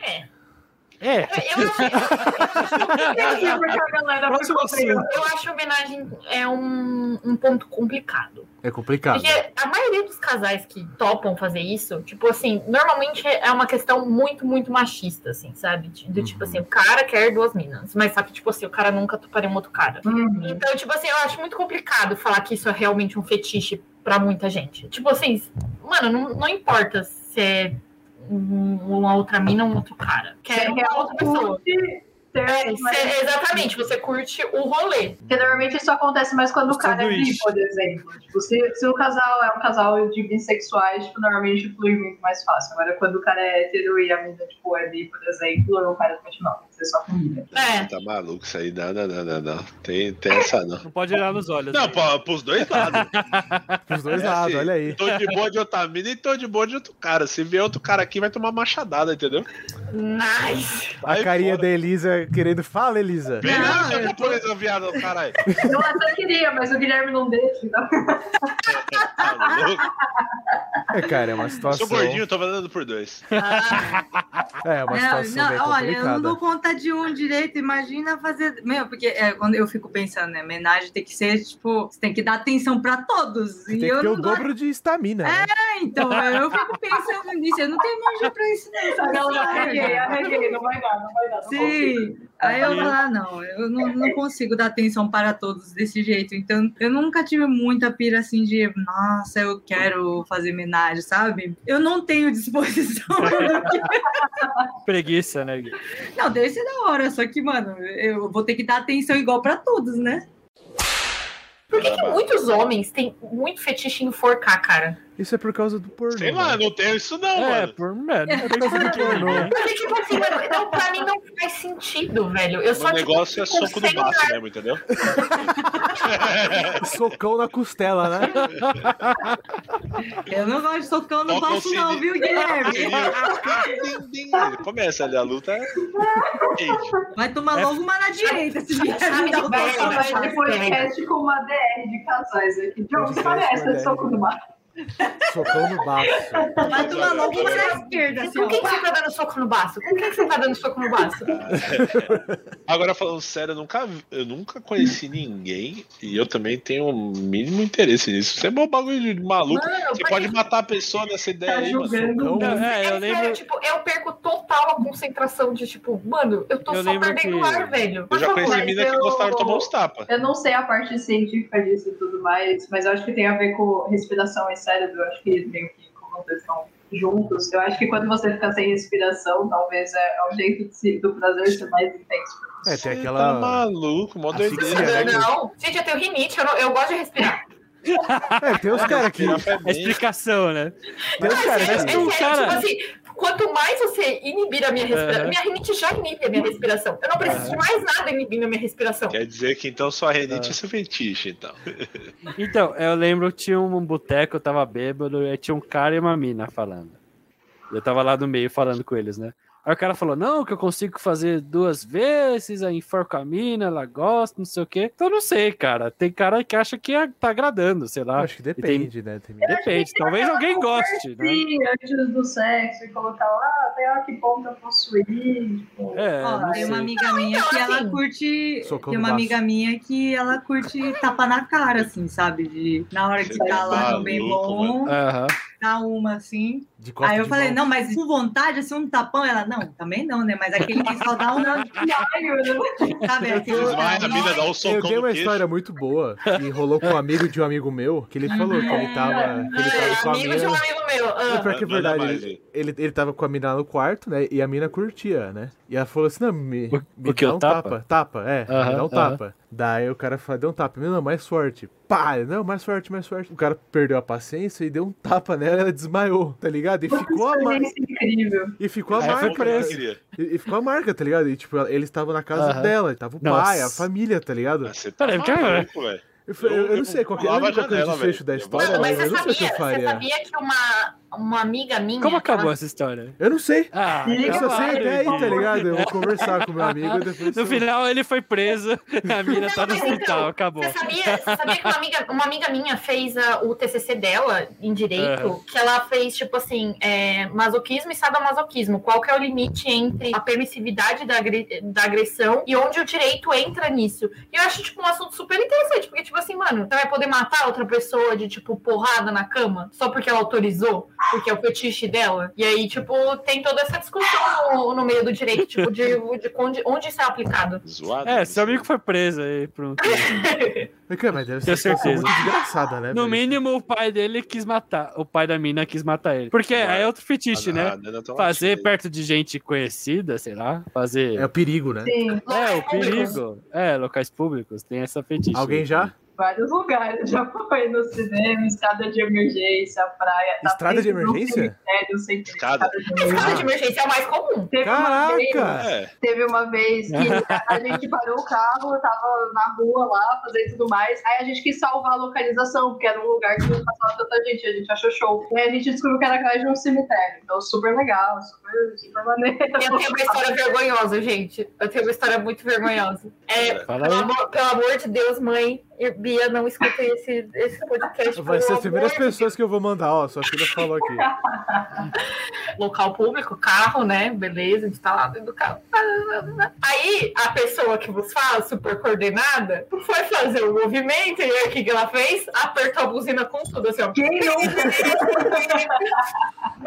S4: é, é.
S7: Eu, eu,
S6: Porque a galera
S4: Próximo
S6: ficou meio-
S4: assunto.
S7: eu acho homenagem é um, um ponto complicado.
S2: É complicado.
S7: Porque a maioria dos casais que topam fazer isso, tipo assim, normalmente é uma questão muito, muito machista, assim, sabe? Do tipo
S2: Uhum.
S7: assim, o cara quer duas minas, mas sabe, tipo assim, o cara nunca toparia um outro cara.
S6: Uhum.
S7: Então, tipo assim, eu acho muito complicado falar que isso é realmente um fetiche pra muita gente. Tipo assim, mano, não, não importa se é um- uma outra mina ou um outro cara.
S6: Que é
S7: Quer uma
S6: real
S7: outra pessoa.
S6: curte, ter.
S7: É,
S6: mas-
S7: cê- exatamente, você curte o rolê.
S6: Porque normalmente isso acontece mais quando o
S4: Os
S6: cara é bi,
S4: sanduíches.
S6: por exemplo. Tipo, se, se o casal é um casal de bissexuais, tipo, normalmente flui muito mais fácil. Agora, quando o cara é hétero e a mina, tipo, é bi, por exemplo, o cara faz, não, tem que ser só comida.
S7: É.
S5: Tá maluco isso aí? Não, não, não, não, não. Tem, tem essa não.
S4: Não pode olhar nos olhos.
S5: Não,
S4: né?
S5: pô, pros dois lados.
S2: Os dois
S5: É
S2: lados,
S5: assim,
S2: olha aí.
S5: Tô de boa de Otamina e tô de boa de outro cara. Se vier outro cara aqui, vai tomar machadada, entendeu?
S7: Nice.
S2: A
S5: Aí
S2: carinha
S5: fora.
S2: da Elisa querendo. Fala, Elisa.
S5: Vem
S3: Não,
S5: não, é japonesa, viado, caralho.
S6: Eu até queria, mas o Guilherme não deixa, então.
S5: Tá louco?
S2: É, cara, é uma
S5: Eu
S2: situação.
S5: sou gordinho, tô valendo por dois.
S2: É, é uma situação
S3: não,
S2: bem
S3: não, olha, eu não
S2: complicada.
S3: dou conta de um direito, imagina fazer. Meu, porque é, quando eu fico pensando, né? Homenagem tem que ser, tipo, você tem que dar atenção pra todos.
S2: Você
S3: e
S2: tem que
S3: eu
S2: ter o
S3: não dou
S2: dobro de estamina, né?
S3: então, eu fico pensando nisso, eu não tenho energia pra isso, não. sabe?
S6: Não, não, arreguei, arreguei, não vai dar, não vai dar. tá Não consigo.
S3: Sim, aí eu falo, ah, não, eu não, não consigo dar atenção para todos desse jeito. Então, eu nunca tive muita pira assim de, nossa, eu quero fazer homenagem, sabe? Eu não tenho disposição.
S4: Preguiça, né? Gui?
S3: não, deve ser da hora, só que, mano, eu vou ter que dar atenção igual pra todos, né?
S7: Por que, que
S5: Ah.
S7: muitos homens têm muito fetiche em enforcar, cara?
S2: Isso é por causa do pornô. né?
S5: Sei lá,
S2: mano.
S5: não tenho isso não,
S4: É,
S5: mano.
S4: por mano, não tem
S2: Por
S6: né?
S2: pornô.
S7: Porque, tipo assim, mano, não, pra mim não faz sentido, velho. Eu só,
S5: O negócio é
S7: tipo,
S5: soco no
S7: consigo
S5: baço mesmo, entendeu? né?
S2: Socão na costela, né?
S3: Eu não gosto de socão no
S5: Toca o
S3: baço, não,
S5: sino.
S3: viu, Guilherme?
S5: Din, din, din. Começa ali a luta. Gente,
S3: Vai tomar
S4: É-
S3: logo uma na direita, se vier
S7: Sabe
S3: dar um
S7: de
S3: o toque.
S7: merda,
S6: Nossa,
S7: né?
S6: mas de podcast com uma DR de casais aqui. John, qual é essa de soco no mar?
S2: Socão no baço.
S3: Vai tomar logo uma na esquerda, assim,
S7: Com
S3: ó.
S7: quem que você tá dando soco no baço? Com quem que você tá dando soco no baço?
S5: Agora falando sério, eu nunca, eu nunca conheci ninguém e eu também tenho o mínimo interesse nisso. Você é um bagulho de maluco.
S7: Mano,
S5: Você
S7: pra
S5: pode
S4: é
S7: mim-
S5: matar a pessoa nessa ideia
S6: Tá
S5: aí, mano.
S6: julgando.
S4: Não, é, eu
S7: É sério,
S4: lembro.
S7: tipo, eu perco total a concentração de, tipo, mano, eu tô
S4: Eu
S7: só
S4: lembro
S7: perdendo o
S4: que-
S7: ar, velho.
S5: Eu
S7: Por
S5: já
S7: favor.
S5: conheci mina que
S6: eu-
S5: gostava de tomar uns tapas.
S6: Eu não sei a parte científica disso e tudo mais, mas eu acho que tem a ver com respiração e cérebro. Eu acho que meio que como vocês estão juntos, eu acho que quando você fica sem respiração, talvez é, é um jeito de se- do prazer ser mais intenso.
S2: É, tem
S5: Tá
S2: aquela.
S5: maluco, mó
S2: Asfixia,
S5: doideira.
S2: né?
S7: Não, gente, eu tenho rinite, eu, não- eu gosto de respirar.
S2: É, tem os caras que.
S4: A explicação, né?
S2: Tem os caras
S7: é
S4: mas
S2: que.
S4: tu-
S7: sério,
S4: cara-
S7: tipo assim, quanto mais você inibir a minha respiração,
S4: Aham.
S7: minha rinite já inibe a minha respiração. Eu não preciso de mais nada inibindo a minha respiração.
S5: Quer dizer que então sua
S2: Ah.
S5: renite é seu fetiche, então.
S4: Então, eu lembro que tinha um boteco, eu tava bêbado, e tinha um cara e uma mina falando. Eu tava lá no meio falando com eles, né? Aí o cara falou, não, que eu consigo fazer duas vezes, aí enforca a mina, ela gosta, não sei o quê. Então eu não sei, cara. Tem cara que acha que é- tá agradando, sei lá.
S2: Acho que depende, né? Tem...
S4: Depende, talvez alguém goste, né?
S6: Sim, antes do sexo, e colocar lá, até ó, que ponto eu posso ir. Tipo,
S4: É,
S3: Ó,
S4: não
S3: tem uma
S4: sei.
S3: amiga minha
S7: então,
S3: que ela
S7: assim,
S3: curte.
S2: socão
S3: Tem
S2: no
S3: uma
S2: baço.
S3: amiga minha que ela curte tapa na cara, assim, sabe? De, na hora que
S5: Você
S3: tá
S5: tá
S3: lá no bem
S5: maluco,
S3: bom,
S4: Aham.
S3: dá uma assim.
S2: De costa
S3: Aí eu
S2: de
S3: falei,
S2: mão.
S3: não, mas com vontade, assim, um tapão. Ela, não, também não, né? Mas aquele que só dá um. né?" Sabe? Aquele.
S5: Desmaia, a mina dá um
S2: Eu
S5: socão
S2: dei
S5: no
S2: uma
S5: queixo.
S2: história muito boa que rolou com um amigo de um amigo meu, que ele falou que ele tava, que ele
S3: Uhum.
S2: tava com
S7: Ah,
S2: a
S7: amigo de um
S2: mina.
S7: amigo meu.
S2: Não,
S7: ah.
S2: pior que é
S5: Manda
S2: verdade,
S5: mais,
S2: ele, ele, ele tava com a mina lá no quarto, né? E a mina curtia, né? E ela falou assim: não, me,
S4: O-
S2: me
S4: o que,
S2: dá
S4: o
S2: um
S4: tapa?
S2: tapa. Tapa, é,
S4: Aham,
S2: me dá um
S4: aham.
S2: tapa. Daí o cara falou, deu um tapa. Não, mais forte. Pá, ele, não, mais forte, mais forte. O cara perdeu a paciência e deu um tapa nela, ela desmaiou, tá ligado? E ficou a marca.
S6: experiência incrível.
S2: E ficou a
S5: é
S4: Aí foi
S2: marca.
S4: preso.
S2: né? E, e ficou a marca, tá ligado? E tipo, ela- eles estavam na casa
S4: Aham.
S2: dela, tava o
S4: Nossa.
S2: pai, a família, tá ligado?
S5: Você tá
S4: Peraí, cara.
S5: maluco, velho.
S2: Eu, falei, eu- eu não sei qual que é eu não
S5: Lava
S2: lembro qual que é o
S5: a janela,
S2: desfecho
S5: velho.
S2: da
S5: Eu
S2: história,
S7: Mano,
S5: vou-
S7: mas
S2: mas
S7: você
S2: eu não sei o que eu
S7: sabia, você
S2: faria.
S7: sabia que uma, uma amiga minha.
S4: Como acabou
S7: ela-
S4: essa história?
S2: Eu não sei.
S4: Ah,
S2: Eu só sei
S4: claro,
S2: até aí, tá
S4: Gui.
S2: ligado? Eu vou conversar com meu amigo e depois.
S4: No
S2: eu-
S4: final ele foi preso, a mina tá no
S7: Não, mas
S4: hospital,
S7: então,
S4: acabou.
S7: Você sabia, você sabia que uma amiga, uma amiga minha fez ah, o TCC dela em direito, que ela fez, tipo assim, é, masoquismo e sadomasoquismo. Qual que é o limite entre a permissividade da, agre- da agressão e onde o direito entra nisso? E eu acho, tipo, um assunto super interessante, porque, tipo assim, mano, mano, você vai poder matar outra pessoa de, tipo, porrada na cama só porque ela autorizou, porque é o fetiche dela. E aí, tipo, tem toda essa discussão no, no meio do direito, tipo, de, de onde, onde isso é aplicado.
S5: Zoado. né?
S4: É, seu amigo foi preso aí, pronto.
S2: Mas, cara, mas deve ser
S4: Tenho
S2: uma coisa
S4: certeza.
S2: muito engraçada, né?
S4: No
S2: velho?
S4: mínimo, o pai dele quis matar. O pai da mina quis matar ele. Porque aí é outro fetiche, né?
S5: Ah, é
S4: Fazer perto de gente conhecida, sei lá. Fazer.
S2: É o perigo, né?
S6: Sim,
S4: É, o perigo. É, locais públicos. Tem essa fetiche.
S2: Alguém já?
S6: vários lugares. Já foi no cinema, estrada de emergência, praia. na
S2: Estrada de
S6: frente de um
S2: emergência?
S6: cemitério, sem
S5: Escada.
S6: de
S7: Mas
S6: emergência.
S7: caso de emergência é o mais comum.
S6: Teve uma vez
S2: Caraca!
S5: É,
S6: Teve uma vez que a gente parou o carro, tava na rua lá, fazendo tudo mais. Aí a gente quis salvar a localização, porque era um lugar que não passava tanta gente, a gente achou show. E aí a gente descobriu que era atrás de um cemitério. Então, super legal, super, super maneiro.
S7: Eu tenho uma história vergonhosa, gente. Eu tenho uma história muito vergonhosa. É,
S4: Fala
S7: pelo
S4: aí.
S7: amor, pelo amor de Deus, mãe e Bia, não escutem esse, esse podcast.
S2: Vai ser
S7: pelo
S2: as primeiras
S7: amor de
S2: pessoas que eu vou mandar, ó. Sua filha falou aqui.
S7: local público, carro, né? Beleza, a gente tá lá dentro do carro. Aí a pessoa que vos fala, super coordenada, foi fazer o movimento e aí o que que ela fez? Apertou a buzina com tudo, assim, ó.
S6: Quem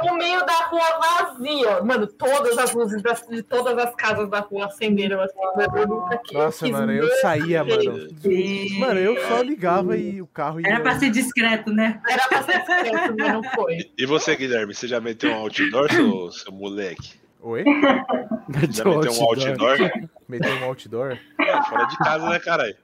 S7: No meio da rua vazia. Mano, todas as luzes das- de todas as casas da rua acenderam assim. mano, Eu nunca quis-
S2: Nossa,
S7: quis
S2: mano, eu
S7: ver.
S2: saía, mano.
S3: E-
S2: Mano, eu só ligava e o carro ia.
S3: Era pra ser discreto, né?
S7: Era pra ser discreto, mas não foi.
S5: E você, Guilherme, você já meteu um outdoor, seu, seu moleque?
S2: Oi?
S5: Já meteu um outdoor?
S2: Meteu um outdoor?
S5: É, fora de casa, né, caralho?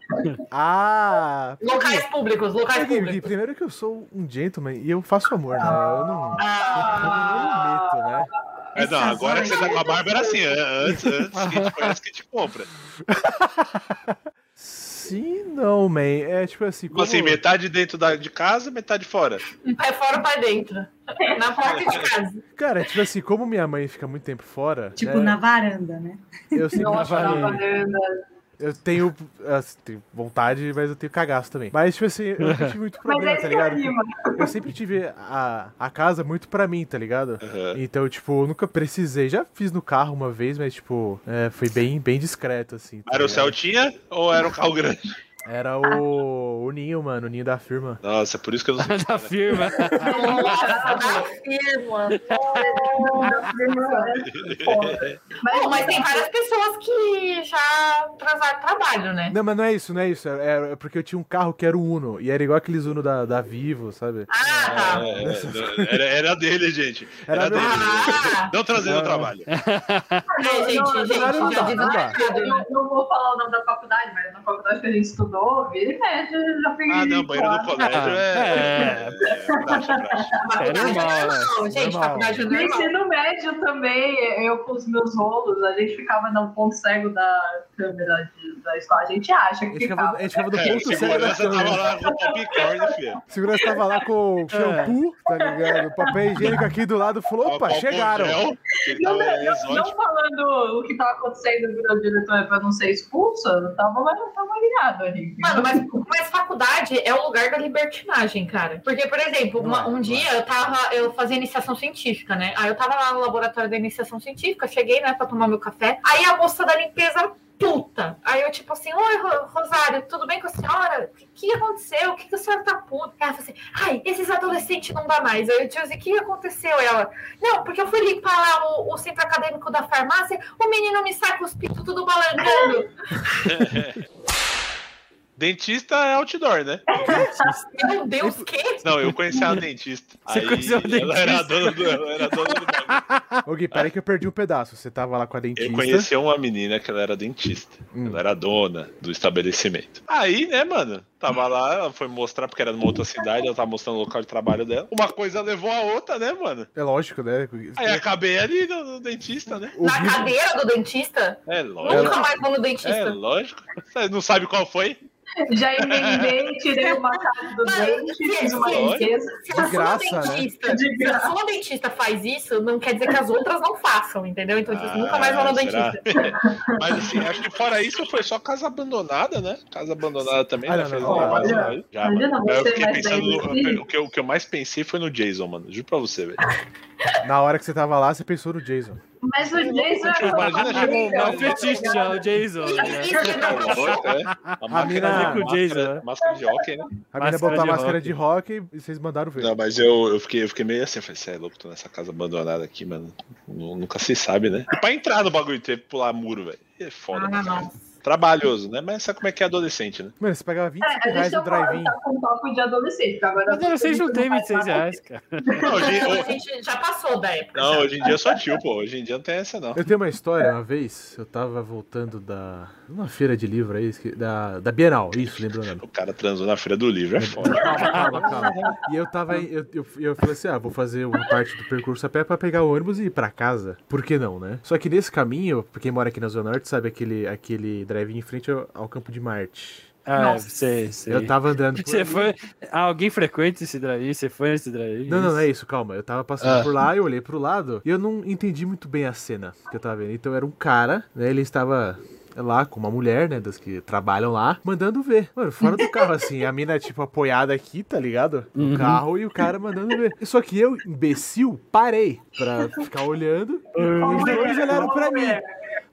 S2: Ah!
S7: Locais públicos, locais
S2: Gui, Gui,
S7: públicos.
S2: primeiro que eu sou um gentleman e eu faço amor, né? Eu não,
S7: Ah,
S2: eu não meto, né?
S5: Mas não,
S3: Essas
S5: agora que você tá
S3: horas.
S5: com a barba era assim, an- antes, antes que a gente conhece que a gente compra.
S2: Sim, não, man. É tipo assim.
S5: Como assim, metade dentro da, de casa, metade fora.
S7: é fora pra dentro. Na porta de casa.
S2: Cara, é tipo assim, como minha mãe fica muito tempo fora.
S3: Tipo,
S4: É.
S2: né,
S3: na varanda, né?
S2: Eu sempre
S6: Nossa, na
S2: varei.
S6: varanda.
S2: Eu tenho, assim, tenho vontade, mas eu tenho cagaço também. Mas, tipo assim, eu nunca tive muito
S6: Mas
S2: problema,
S6: é isso
S2: tá
S6: que
S2: ligado?
S6: anima.
S2: Eu sempre tive a, a casa muito pra mim, tá ligado?
S5: Aham.
S2: Então, tipo, eu nunca precisei. Já fiz no carro uma vez, mas, tipo, é, foi bem, bem discreto, assim. tá
S5: Era o
S2: ligado?
S5: Celtinha ou era um carro grande?
S2: Era o, o Ninho, mano, o Ninho da firma.
S5: Nossa, por isso que eu não sei.
S4: Da firma.
S7: Nossa, da firma.
S6: Mas,
S7: Bom, mas tem várias pessoas que já transaram trabalho, né?
S2: Não, mas não é isso, não é isso. É, é porque eu tinha um carro que era o Uno. E era igual aqueles Uno da, da Vivo, sabe?
S7: Ah, tá.
S5: É, era, era dele, gente. Era,
S2: Era
S5: dele.
S7: Ah,
S5: Não trazendo o trabalho.
S7: é, gente,
S6: Não, não,
S7: gente,
S2: não
S7: já
S2: dá, não dá.
S6: eu
S7: desmarcado, né?
S6: não- não vou falar o nome da faculdade, mas na faculdade que a gente estudou, vira e mexe, já peguei.
S5: Ah, não, banheiro do colégio é.
S4: É.
S5: é praxe, praxe.
S7: Faculdade é
S4: normal, né?
S7: normal, gente,
S2: Normal.
S7: faculdade é
S6: No
S7: normal.
S6: ensino médio também, eu com os meus rolos, a gente ficava no ponto cego da câmera de- da escola. A gente acha
S2: A
S6: que
S2: gente ficava,
S6: ficava.
S2: a gente ficava do
S5: É, o
S2: ponto cego da
S5: segurança tava
S2: câmera.
S5: lá com o popcorn, filho.
S2: O segurança tava lá
S4: É.
S2: com o shampoo, tá ligado? Papel higiênico aqui do lado. Falou, opa,
S5: Álcool
S2: chegaram.
S5: gel, que ele
S6: Não,
S5: tava
S6: não, não,
S5: exótico.
S6: não falando o que estava acontecendo virou diretor para não ser expulso, eu tava, eu tava ligado ali.
S7: Mano, mas, mas faculdade é o lugar da libertinagem, cara. Porque, por exemplo, uma- um dia eu tava, eu fazia iniciação científica, né? Aí eu tava lá no laboratório da iniciação científica, cheguei, né, pra tomar meu café. Aí a moça da limpeza puta. Aí eu, tipo assim, oi, Ro- Rosário, tudo bem com a senhora? O que, que aconteceu? O que, que a senhora tá puta? Ela falou assim, ai, esses adolescentes não dá mais. Aí eu disse, o que aconteceu? Ela, não, porque eu fui limpar lá o, o centro acadêmico da farmácia, o menino me sai com os pintos tudo balançando.
S5: Dentista é outdoor, né?
S7: Meu Deus, que?
S5: Não, eu conheci a dentista.
S4: Você
S5: aí
S4: conheceu a
S5: Ela era a
S4: dentista?
S5: dona do, ela era a dona do bagulho.
S2: Ô Gui, peraí que eu perdi um pedaço. Você tava lá com a dentista.
S5: Eu conheci uma menina que ela era dentista.
S2: Hum.
S5: Ela era a dona do estabelecimento. Aí, né, mano? Tava lá, ela foi mostrar, porque era numa outra cidade, ela tava mostrando o local de trabalho dela. Uma coisa levou a outra, né, mano?
S2: É lógico, né?
S5: Aí acabei ali no, no dentista, né?
S2: O
S7: Na
S2: Gui-
S7: cadeira do dentista?
S5: É
S7: Nunca
S5: lógico.
S7: mais vou no
S5: É
S7: dentista.
S5: lógico. Você não sabe qual foi?
S6: Já emendei, tirei uma casa do
S7: Mas,
S6: dente, fiz uma
S7: sim,
S5: sim.
S6: limpeza.
S7: Se a
S2: De graça,
S7: sua
S2: né?
S7: dentista,
S6: De
S7: se a
S6: graça.
S7: sua dentista faz isso, não quer dizer que as outras não façam, entendeu? Então tipo, nunca mais vou
S5: Ah,
S7: no
S5: será?
S7: dentista.
S5: Mas assim, acho que fora isso foi só casa abandonada, né? Casa abandonada também.
S2: Ah,
S5: né?
S2: não,
S5: Fez
S2: não,
S5: uma
S2: não,
S5: base
S6: não.
S5: lá. Já,
S6: Imagina
S5: mano.
S6: você
S5: É, eu fiquei
S6: mais
S5: pensando.
S6: velho
S5: no-
S6: assim.
S5: o, que, eu- o que eu mais pensei foi no Jason, mano. Juro pra você, velho.
S2: Na hora que você tava lá, você pensou no Jason.
S6: Mas o Jason é
S5: Imagina, chegou um
S4: É o
S5: Não,
S6: tá
S4: fetiche, é o Jason. né?
S7: Isso, isso,
S5: Não,
S7: não.
S5: dois, é. A
S2: mina- é
S5: máquina
S2: com
S5: de
S4: o Jason,
S5: máscara-
S4: né?
S5: Máscara de hockey, né?
S2: A
S4: Máscara
S2: menina botou a
S4: de
S2: máscara
S4: rock.
S2: de rock e vocês mandaram ver.
S5: Não, mas eu, eu, fiquei, eu fiquei meio assim, eu falei, você é louco, tô nessa casa abandonada aqui, mano. Nu- Nunca se sabe, né? E pra entrar no bagulho, teve que pular muro, velho. É foda.
S7: Ah,
S5: né?
S7: não.
S5: Trabalhoso, né? Mas sabe como é que é adolescente, né?
S2: Mano, você pagava 25
S6: É,
S2: reais
S6: deixa
S2: no
S6: eu falar,
S2: drive-in.
S6: tá com um papo de adolescente. porque Agora
S4: Mas vocês não tem 26 reais, cara.
S5: Não, hoje,
S7: Não, a
S5: ho-
S7: gente já passou da época.
S5: não,
S7: já.
S5: hoje em dia eu sou tio, pô. Hoje em dia não tem essa, não.
S2: Eu tenho uma história, uma vez, eu tava voltando da. Uma feira de livro aí, esque- da, da Bienal, isso, lembrou o nome.
S5: O cara transou na feira do livro, é foda.
S2: Calma, calma, calma. E eu tava. em- Eu, eu, eu falei assim: ah, vou fazer uma parte do percurso a pé pra pegar o ônibus e ir pra casa. Por que não, né? Só que nesse caminho, pra quem mora aqui na Zona Norte, sabe aquele, aquele drive em frente ao, ao Campo de Marte.
S4: Ah,
S7: Nossa.
S4: sei, sei.
S2: Eu tava andando. por
S4: Você
S2: ali.
S4: foi. Ah, alguém frequenta esse drive? Você foi nesse drive?
S2: Não, não, não é isso, calma. Eu tava passando
S4: Ah.
S2: por lá, eu olhei pro lado e eu não entendi muito bem a cena que eu tava vendo. Então era um cara, né? Ele estava lá com uma mulher, né? Das que trabalham lá, mandando ver. Mano, fora do carro, assim, a mina, tipo, apoiada aqui, tá ligado? No
S4: Uhum.
S2: carro e o cara mandando ver. Só que eu, imbecil, parei pra ficar olhando. E os dois olharam pra mim.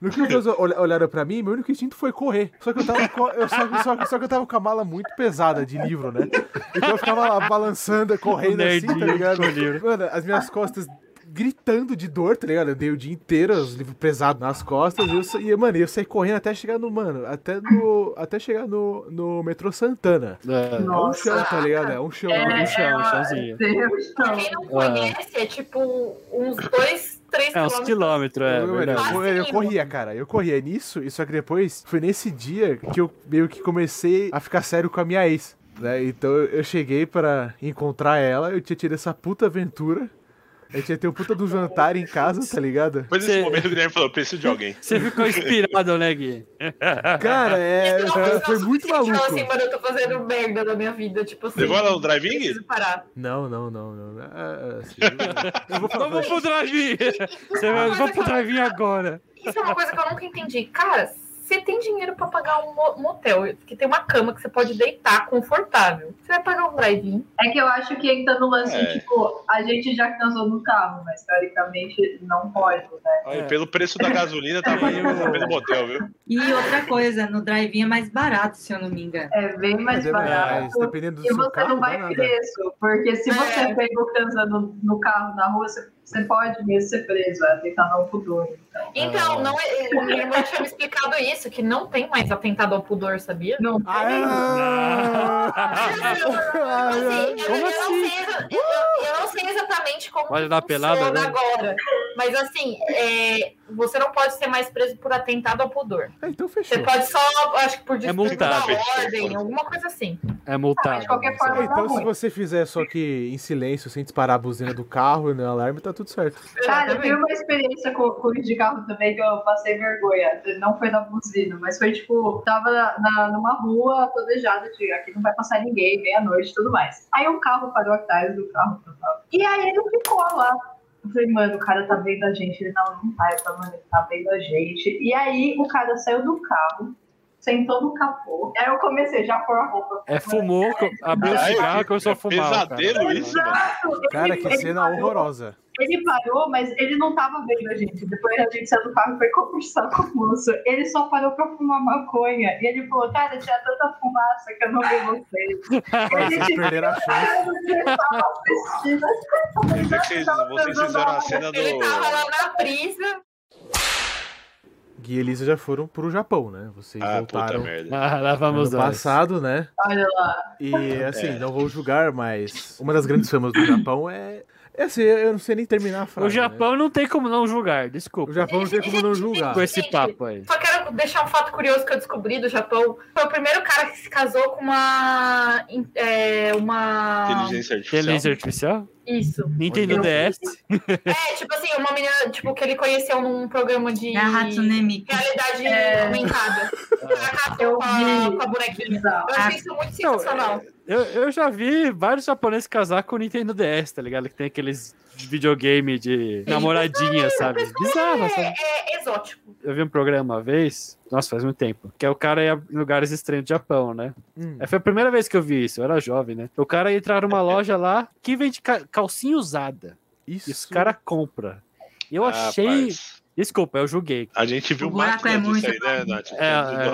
S2: No que os dois ol- olharam pra mim, meu único instinto foi correr. Só que eu tava, co- eu só, que- só que- só que eu tava com a mala muito pesada de livro, né? Então eu ficava lá balançando, correndo assim, tá
S4: Nerdinho
S2: ligado?
S4: com livro.
S2: Mano, as minhas costas gritando de dor, tá ligado? Eu dei o dia inteiro, os livros pesados nas costas, e, eu, sa- e, mano, eu saí correndo até chegar no, mano, até no, até chegar no, no metrô Santana.
S4: É.
S2: É um chão, tá ligado? É um chão.
S4: No chão, chãozinho.
S6: Deus,
S7: Pra quem não conhece, é tipo uns dois, três
S4: É, uns
S7: quilômetros.
S4: quilômetros, é
S2: eu, mano, eu-
S4: verdade.
S2: eu, eu corria, cara. Eu corria nisso, e só que depois foi nesse dia que eu meio que comecei a ficar sério com a minha ex. Né? Então eu eu cheguei pra encontrar ela, eu tinha tido essa puta aventura. Eu tinha ter um puta do jantar em casa, tá ligado?
S5: Depois desse
S4: Você-
S5: momento, o Guilherme falou, preciso de alguém.
S4: Você ficou inspirado, né, Gui?
S2: Cara, é,
S7: Não,
S2: foi-
S7: não,
S2: foi
S7: não,
S2: muito
S7: você fala
S2: maluco.
S7: assim, mano, eu tô fazendo merda da minha vida, tipo assim.
S5: Levou ela no drive-in, Gui?
S7: Preciso parar.
S2: Não, não, não, não. Ah, assim, eu, eu vou falar.
S4: Vamos
S2: pra-
S4: pro drive! Você vai, vamos
S6: é
S4: pro drive agora.
S7: Isso é uma coisa que eu nunca entendi. Cara, você tem dinheiro pra pagar um mo- motel, que tem uma cama que você pode deitar confortável. Você vai pagar um drive-in.
S6: É que eu acho que ainda no lance,
S5: É.
S6: tipo, a gente já transou no carro, mas teoricamente não pode, né?
S3: É.
S5: Olha, pelo preço da gasolina, tava indo pelo motel, viu?
S3: E outra coisa, no drive-in é mais barato, se eu não me engano.
S6: É bem mais
S2: Mas é, mas
S6: barato.
S2: dependendo do
S6: E
S2: seu
S6: você
S2: carro,
S6: não
S2: dá
S6: vai
S2: nada.
S6: preso, porque se você é pego transando no carro na rua, você, você pode mesmo ser preso, vai tentar no pudor.
S7: Então, não é, minha irmã tinha me explicado isso, que não tem mais atentado ao pudor, sabia?
S6: Não,
S2: Ah,
S7: Assim, eu-
S2: ah,
S7: eu,
S4: Como
S7: Não
S4: assim?
S7: sei, exa- eu, não- eu não sei exatamente como
S4: Pode
S7: que
S4: dar
S7: funciona
S4: pelada, né?
S7: agora. Mas assim, é, você não pode ser mais preso por atentado ao pudor.
S2: ah. Então
S7: Você
S2: fechou.
S7: pode só, acho que por descuido da
S4: É multado.
S7: ordem, alguma coisa assim.
S4: É
S6: Ah,
S4: multado.
S6: de qualquer forma,
S2: Ah, Então,
S6: Tá
S2: se
S6: bom.
S2: você fizer só que em silêncio, sem disparar a buzina do carro e no alarme, tá tudo certo.
S6: Cara, eu tive uma experiência com, com o de carro também que eu passei vergonha. Não foi na buzina, mas foi tipo, tava na- na- numa rua planejada de aqui não vai passar ninguém, meia-noite e tudo mais. Aí um carro parou atrás do carro que eu tava. E aí ele ficou lá. Eu falei, mano, o cara tá vendo a gente, ele tava num raio, tá, mano, ele tá vendo a gente. E aí o cara saiu do carro, sentou no capô. Aí eu comecei já a pôr a roupa.
S4: É, fumou, co- abriu o
S5: Caralho,
S4: cigarro e
S5: que-
S4: começou a
S5: é
S4: fumar. cara.
S5: pesadelo isso, mano.
S6: Ele-
S2: Cara, que
S6: ele
S2: cena
S6: parou-
S2: horrorosa.
S6: Ele parou, mas ele não tava vendo a gente. Depois a gente saiu do carro e foi conversar com o moço. Ele só parou pra fumar maconha. E ele falou, cara, tinha tanta fumaça que eu não vi vocês.
S2: Vocês perderam a chance.
S6: Ele tava assistindo.
S5: Quer dizer que vocês, vocês fizeram a cena do.
S7: Ele tava lá na brisa.
S2: Gui e Elisa já foram pro Japão, né? Vocês
S5: Ah, puta
S2: voltaram
S5: merda.
S4: Ah, lá
S2: ano
S4: vamos nós.
S2: passado, né?
S6: Olha lá.
S2: E assim,
S5: É.
S2: não vou julgar, mas uma das grandes famas do Japão é. É assim, eu não sei nem terminar a frase.
S4: O
S2: né?
S4: Japão não tem como não julgar,
S2: O
S4: desculpa.
S2: Japão não tem como não julgar.
S4: Com esse
S7: Gente,
S4: papo aí.
S7: Só quero deixar um fato curioso que eu descobri do Japão. Foi o primeiro cara que se casou com uma. É,
S3: Ah,
S7: uma.
S5: Inteligência artificial.
S4: Inteligência artificial?
S7: Isso.
S4: Nintendo
S7: Eu-
S4: DS?
S7: É, tipo assim, uma menina tipo, que ele conheceu num programa de.
S3: Na Hatsune Miku.
S7: Realidade
S6: É.
S7: aumentada.
S4: É.
S7: Ela casou
S6: Eu
S7: com a,
S6: vi.
S7: com a bonequinha.
S6: Exato.
S7: Eu achei isso muito sensacional.
S4: Eu, eu já vi vários japoneses casar com o Nintendo DS, tá ligado? Que tem aqueles videogame de namoradinha, sabe? Bizarro, sabe?
S7: É, é exótico.
S4: eu vi um programa uma vez, nossa, faz muito tempo, que é o cara ia em lugares estranhos do Japão, né?
S2: Hum.
S4: É, Foi a primeira vez que eu vi isso, eu era jovem, né? O cara ia entrar numa loja lá que vende ca- calcinha usada.
S2: Isso.
S4: Isso, cara compra. Eu achei.
S5: Rapaz,
S4: Desculpa, eu julguei.
S5: a gente viu
S3: O
S5: mais
S3: buraco é muito
S5: aí, né, Nath?
S4: É,
S5: Do
S4: é.
S3: O buraco é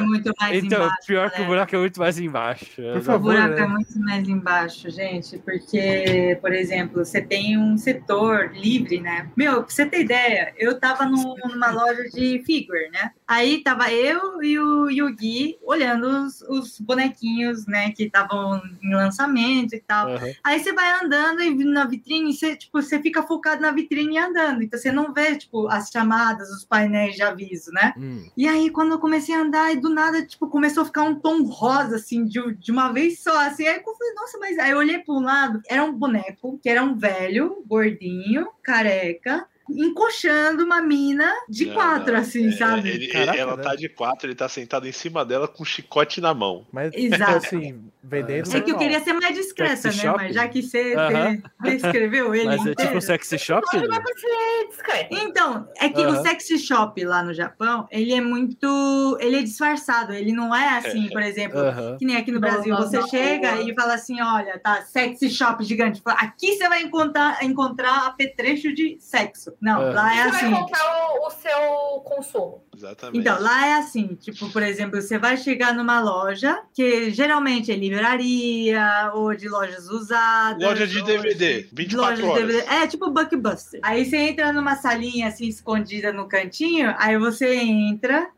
S5: Dumbledore.
S3: muito mais
S4: então,
S3: embaixo. né?
S4: pior que o
S3: galera.
S4: buraco é muito mais embaixo.
S2: Por
S3: O
S2: favor,
S3: buraco
S2: né?
S3: é muito mais embaixo, gente, porque, por exemplo, você tem um setor livre, né? Meu, pra você ter ideia, eu tava num- numa loja de figure, né? Aí tava eu e o, e o Gui olhando os, os bonequinhos, né, que estavam em lançamento e tal.
S4: Aham.
S3: Aí você vai andando e na vitrine, você, tipo, você fica focado na vitrine e andando. Então você não vê, tipo, as chamadas, os painéis de aviso, né?
S2: Hum.
S3: E aí, quando eu comecei a andar, e do nada, tipo, começou a ficar um tom rosa, assim, de, de uma vez só, assim. Aí eu falei, nossa, mas... Aí eu olhei para um lado, era um boneco, que era um velho, gordinho, careca, encoxando uma mina de
S5: Não,
S3: quatro,
S5: não.
S3: assim,
S5: É,
S3: sabe?
S5: ele-
S2: Caraca,
S5: ela
S2: né?
S5: tá de quatro, ele tá sentado em cima dela com um chicote na mão.
S2: Mas,
S3: Exato.
S2: assim, vendendo.
S3: É que eu
S2: normal.
S3: queria ser mais discreta,
S4: Sexy
S3: né?
S4: shopping?
S3: Mas já que você
S4: Aham.
S3: você descreveu ele
S4: Mas é
S3: inteiro...
S4: tipo um sexy shop?
S7: Pode dar pra ser É discreto.
S3: Então, é que
S4: Aham.
S3: o sexy shop lá no Japão, ele é muito... Ele é disfarçado, ele não é assim, por exemplo...
S4: Aham.
S3: Que nem aqui no
S6: Não,
S3: Brasil,
S6: não,
S3: você
S6: não.
S3: chega e fala assim: olha, tá, sexy shop gigante. Fala, Aqui você vai encontrar, encontrar apetrecho de sexo. Não,
S4: É.
S3: lá é
S7: Você vai
S3: assim.
S7: comprar um o, o seu consumo.
S5: Exatamente.
S3: Então, lá é assim, tipo, por exemplo, você vai chegar numa loja, que geralmente é livraria, ou de lojas usadas.
S5: Loja de
S3: ou-
S5: DVD, 24
S3: Loja de
S5: horas.
S3: DVD. É tipo Buckbuster. Aí você entra numa salinha assim escondida no cantinho, aí você entra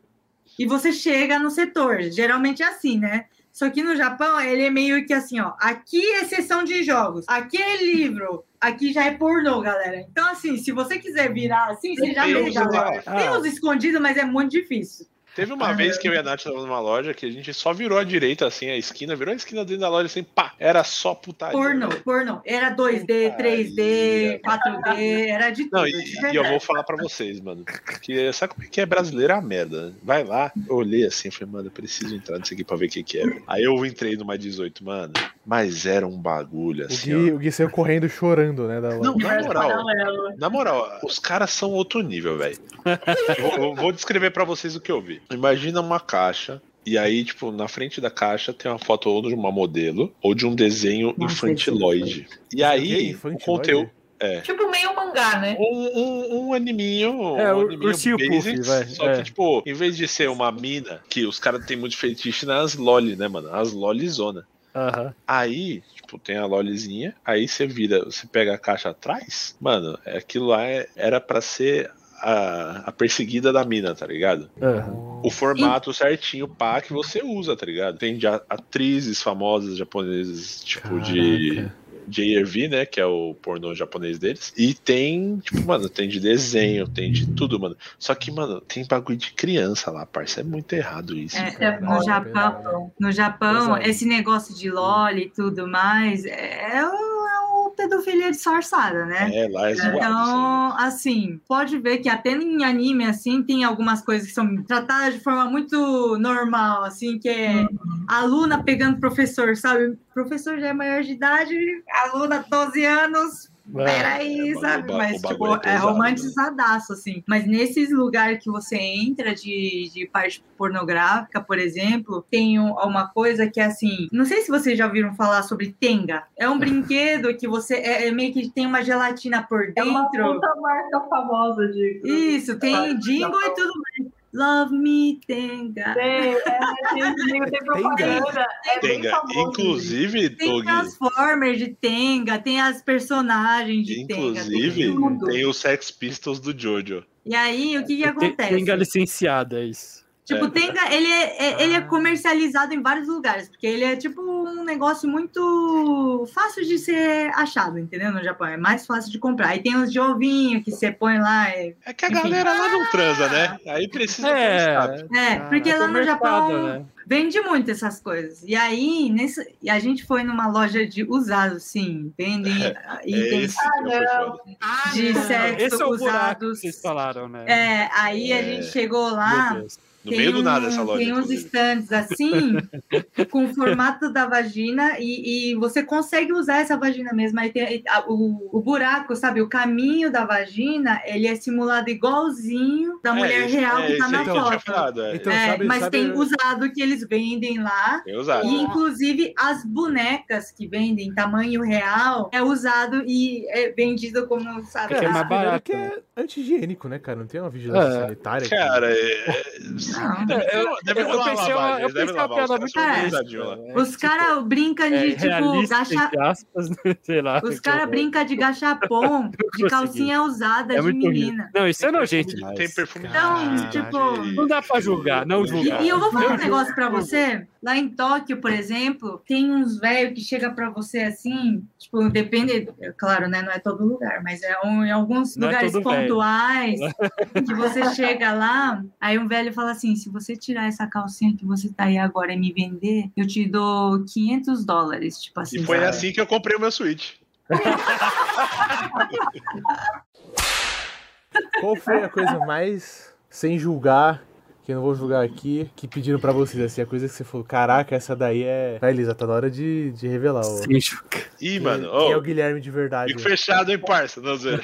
S3: e você chega no setor. Geralmente é assim, né? Só que no Japão ele é meio que assim, ó. Aqui é sessão de jogos, aqui é livro, aqui já é pornô, galera. Então, assim, se você quiser virar assim, você já
S5: Tem
S3: vê,
S5: uns
S3: galera.
S5: lá.
S3: Tem
S4: Ah,
S3: uns escondidos, mas é muito difícil.
S5: Teve uma vez que eu e a Nath tava numa loja que a gente só virou à direita, assim, a esquina, virou a esquina dentro da loja, assim, pá, era só putaria.
S3: Pornô, pornô. Era 2D, 3D, 4D, era de tudo.
S5: Não,
S3: de
S5: e, e eu
S3: verdade.
S5: vou falar pra vocês, mano. Que sabe como é que é brasileiro é a merda? né? Vai lá, eu olhei assim, falei, mano, eu preciso entrar nisso aqui pra ver o que, que é. Aí eu entrei numa 18, mano, mas era um bagulho
S2: O
S5: assim,
S2: Gui,
S5: ó.
S2: o Gui saiu correndo chorando, né? Da
S5: Não, na moral,
S4: é
S6: Paralelo.
S5: na moral, os caras são outro nível, velho. vou, eu vou descrever pra vocês o que eu vi. Imagina uma caixa. E aí, tipo, na frente da caixa tem uma foto ou de uma modelo ou de um desenho
S3: Nossa,
S4: é
S5: infantiloide. E aí, o
S2: infantiloide?
S5: conteúdo. É.
S7: Tipo meio mangá, né?
S5: Um, um, um animinho.
S4: É,
S5: um
S4: o-
S5: animinho
S4: ursinho
S5: basic,
S4: puff, vai,
S5: Só
S4: é.
S5: que, tipo, em vez de ser uma mina, que os caras têm muito fetiche nas loli, né, mano? As lolizona.
S4: aham.
S5: Aí, tipo, tem a lolizinha, aí você vira, você pega a caixa atrás, mano, é- aquilo lá é- era pra ser a, a perseguida da mina, tá ligado?
S4: aham.
S5: O formato certinho, pá, que você usa, tá ligado? Tem ja- atrizes famosas japonesas, tipo, de...
S2: Caraca.
S5: JRV, né? Que é o pornô japonês deles. E tem, tipo, mano, tem de desenho, tem de tudo, mano. Só que, mano, tem bagulho de criança lá, parça. É muito errado isso.
S3: É,
S2: Caralho,
S3: no Japão,
S2: pesado.
S3: No Japão,
S2: Pesado.
S3: esse negócio de loli e tudo mais é, é, o- é o pedofilia disfarçada, né?
S5: É, lá é zoado. isso
S3: Então, assim, pode ver que até em anime, assim, tem algumas coisas que são tratadas de forma muito normal, assim, que é aluna pegando professor, sabe? O professor já é maior de idade, aluna 12 anos, Peraí,
S5: É, o
S3: sabe?
S5: ba- o
S3: Mas,
S5: bagulho
S3: tipo,
S5: é
S3: é
S5: pesado,
S3: romantizadaço, assim. Mas nesses lugares que você entra de, de parte pornográfica, por exemplo, tem um- uma coisa que é assim. Não sei se vocês já ouviram falar sobre Tenga. É um brinquedo que você. É, é meio que tem uma gelatina por
S6: É uma
S3: dentro.
S6: puta marca famosa de.
S3: Isso, tem
S6: Sabe,
S3: jingle e
S6: Japão.
S3: tudo mais. Love me, Tenga.
S6: Tem, é, tem, tem, tem propaganda. É
S5: aí.
S6: bem
S5: Tenga,
S6: famoso.
S5: inclusive,
S3: Tem
S5: Doug,
S3: Transformers de Tenga, tem as personagens de
S5: inclusive,
S3: Tenga. Tem tudo.
S5: tem o Sex Pistols do Jojo.
S3: E aí, o que, que
S4: Tem-
S3: acontece?
S4: Tenga licenciada, é isso.
S3: Tipo,
S5: É.
S3: Tenga, ele é, é-
S4: Ah.
S3: ele é comercializado em vários lugares, porque ele é tipo um negócio muito fácil de ser achado, entendeu? No Japão, é mais fácil de comprar. Aí tem os de ovinho que você põe lá. É,
S5: É que a
S3: Enfim.
S5: galera lá não transa, né? Aí precisa ter um estado.
S3: é, porque lá no Japão
S4: mercado, né?
S3: vende muito essas coisas. E aí, nesse, e a gente foi numa loja de usados, sim, vendem ah,
S5: É
S3: itens
S5: esse que não foi
S6: Ah,
S3: Então,
S5: foda.
S7: Ah,
S3: de
S7: não.
S3: sexo
S4: Esse é o buraco que
S3: usados.
S4: vocês falaram, né?
S3: É, aí a
S5: É.
S3: gente chegou
S4: Meu
S3: lá.
S4: Deus.
S5: No meio do nada
S3: um-
S5: essa loja.
S3: Tem uns
S5: inclusive.
S3: stands assim, com o formato da vagina, e, e você consegue usar essa vagina mesmo. Aí tem aí, a- o, o buraco, sabe? O caminho da vagina, ele é simulado igualzinho da
S5: É,
S3: mulher
S5: isso-
S3: real
S5: é,
S3: que tá
S5: isso
S3: na
S5: aí que eu tinha
S3: foto.
S5: falado, é.
S2: Então,
S3: É,
S2: sabe,
S3: mas
S2: sabe-
S3: tem usado que eles vendem lá.
S5: Eu usava.
S3: E, inclusive, as bonecas que vendem em tamanho real é usado e é vendido como, sabe?
S4: É que é
S3: as-
S4: mais barato.
S2: Primeiro que é anti-higiênica, né, cara? Não tem uma vigilância
S4: É.
S2: sanitária. aqui.
S5: Cara, é...
S3: Não.
S5: deve, deve
S4: eu
S5: rolar
S4: pensei uma-
S5: lavagem,
S4: eu
S5: eles devem
S4: pensei uma
S5: lavar,
S4: piada
S5: os caras
S4: muito
S5: são
S3: é.
S5: organizadinhos lá.
S3: Os caras brincam
S4: né? É,
S3: de, tipo,
S4: realista,
S3: gacha,
S4: entre aspas, né? sei lá.
S3: Os
S4: que
S3: caras
S4: horror.
S3: brincam de gachapon, de
S4: consegui.
S3: calcinha usada
S4: É
S3: de
S4: muito horrível.
S3: menina.
S4: Não, isso é nojento demais.
S5: Tem perfume
S3: Então,
S5: de-
S3: tipo,
S5: de-
S4: Não dá pra julgar, não
S5: de-
S4: julgar.
S3: E, e eu vou falar um
S4: Eu
S3: negócio pra você. Lá em Tóquio, por exemplo, tem uns velhos que chega pra você assim, tipo, depende, é claro, né? Não é todo lugar, mas é um- em alguns
S4: Não é
S3: lugares
S4: todo é. velho.
S3: pontuais que você chega lá, aí um velho fala assim: se você tirar essa calcinha que você tá aí agora e me vender, eu te dou 500 dólares, tipo assim.
S5: E foi
S3: sabe?
S5: assim que eu comprei o meu Switch.
S2: Qual foi a coisa mais, sem julgar, que eu não vou julgar aqui, que pediram pra vocês, assim, a coisa que você falou, caraca, essa daí é... Vai, Elisa, tá na hora de, de revelar o...
S4: Sim, julgar.
S5: Ih,
S2: quem-
S5: mano, Oh.
S2: quem é o
S5: ô,
S2: Guilherme de verdade.
S5: fico fechado, hein, parça. Não, zoeira.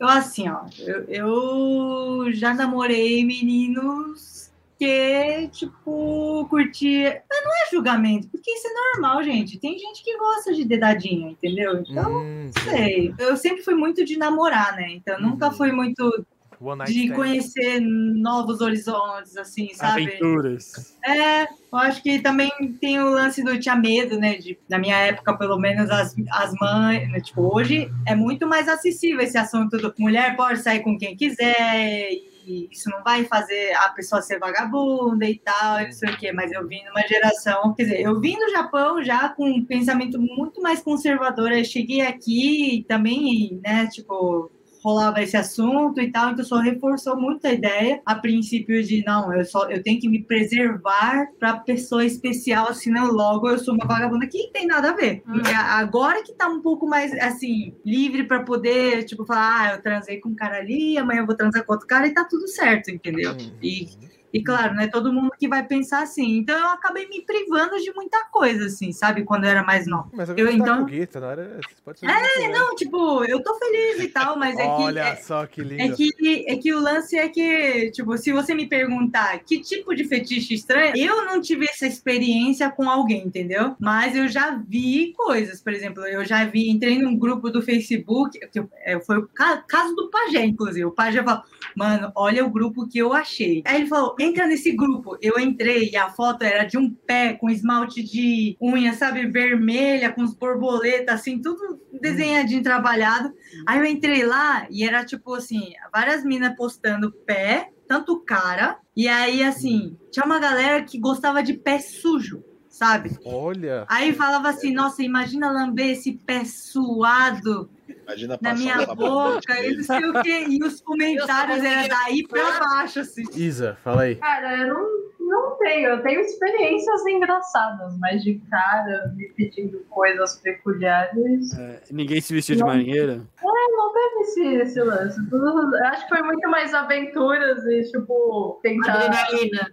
S3: Eu, assim, ó, eu, eu já namorei meninos que, tipo, curtia. Mas não é julgamento, porque isso é normal, gente. Tem gente que gosta de dedadinho, entendeu? Então,
S2: Hum,
S3: não sei. Eu sempre fui muito de namorar, né? Então, nunca
S2: Uhum.
S3: fui muito
S2: One night
S3: de
S2: stand.
S3: conhecer novos horizontes, assim, sabe?
S4: Ah, Aventuras.
S3: É, eu acho que também tem o lance do tinha medo, né? De, na minha época, pelo menos, as, as mães. né, Tipo, hoje é muito mais acessível esse assunto do mulher pode sair com quem quiser, e isso não vai fazer a pessoa ser vagabunda e tal, e não sei o quê. Mas eu vim numa geração. Quer dizer, eu vim do Japão já com um pensamento muito mais conservador. Eu cheguei aqui e também, né? Tipo, rolava esse assunto e tal, então só reforçou muito a ideia a princípio de não, eu só eu tenho que me preservar para pessoa especial, senão logo eu sou uma vagabunda que tem nada a ver.
S7: Hum.
S3: É, Agora que tá um pouco mais assim, livre para poder, tipo, falar, ah, eu transei com um cara ali, amanhã eu vou transar com outro cara e tá tudo certo, entendeu? E e claro, não é todo mundo que vai pensar assim. Então eu acabei me privando de muita coisa, assim, sabe? Quando eu era mais nova.
S2: Mas
S3: Eu,
S2: agora você tá
S3: então- É,
S2: com o Gui, tá na hora... você Pode ser
S3: Não, tipo, eu tô feliz e tal, mas é que.
S2: Olha
S3: é-
S2: só que lindo.
S3: É que, é que o lance é que, tipo, se você me perguntar que tipo de fetiche estranho, eu não tive essa experiência com alguém, entendeu? Mas eu já vi coisas, por exemplo, eu já vi, entrei num grupo do Facebook, que eu- é, foi o ca- caso do Pajé, inclusive. O Pajé falou, mano, olha o grupo que eu achei. Aí ele falou, entra nesse grupo. Eu entrei e a foto era de um pé com esmalte de unha, sabe, vermelha, com os borboletas, assim, tudo desenhadinho, trabalhado. Aí eu entrei lá e era tipo assim, várias minas postando pé, tanto cara, e aí assim, tinha uma galera que gostava de pé sujo, sabe?
S2: Olha...
S3: Aí falava assim, nossa, imagina lamber esse pé suado
S5: Imagina
S3: na
S5: passar
S3: minha
S5: essa boca
S3: boca, e não sei o quê. E os comentários eram daí pra baixo, assim.
S2: Isa, fala aí.
S6: Cara, eu não, não tenho. Eu tenho experiências engraçadas, mas de cara, me pedindo coisas peculiares.
S4: É, ninguém se vestiu de
S6: Não.
S4: marinheira.
S6: Não teve esse, esse lance. Tudo- eu Acho que foi muito mais aventuras e, tipo, tentar
S7: Adrenalina.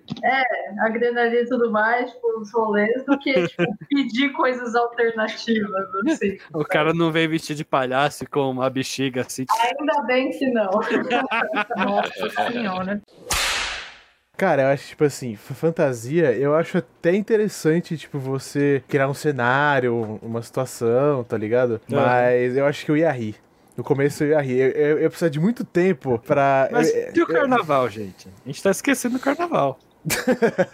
S6: agrenaria e tudo mais, tipo, os rolês, do que, tipo, pedir coisas alternativas, assim.
S4: O cara não veio vestido de palhaço com uma bexiga assim.
S6: Ainda bem que não.
S7: Nossa senhora.
S2: Cara, eu acho, tipo assim, fa- fantasia, eu acho até interessante, tipo, você criar um cenário, um- uma situação, tá ligado?
S4: É.
S2: Mas eu acho que eu ia rir. No começo eu ia rir. Eu, eu, eu precisava de muito tempo pra. eh,
S4: Mas
S2: eu-
S4: e o carnaval, gente? A gente tá esquecendo o carnaval.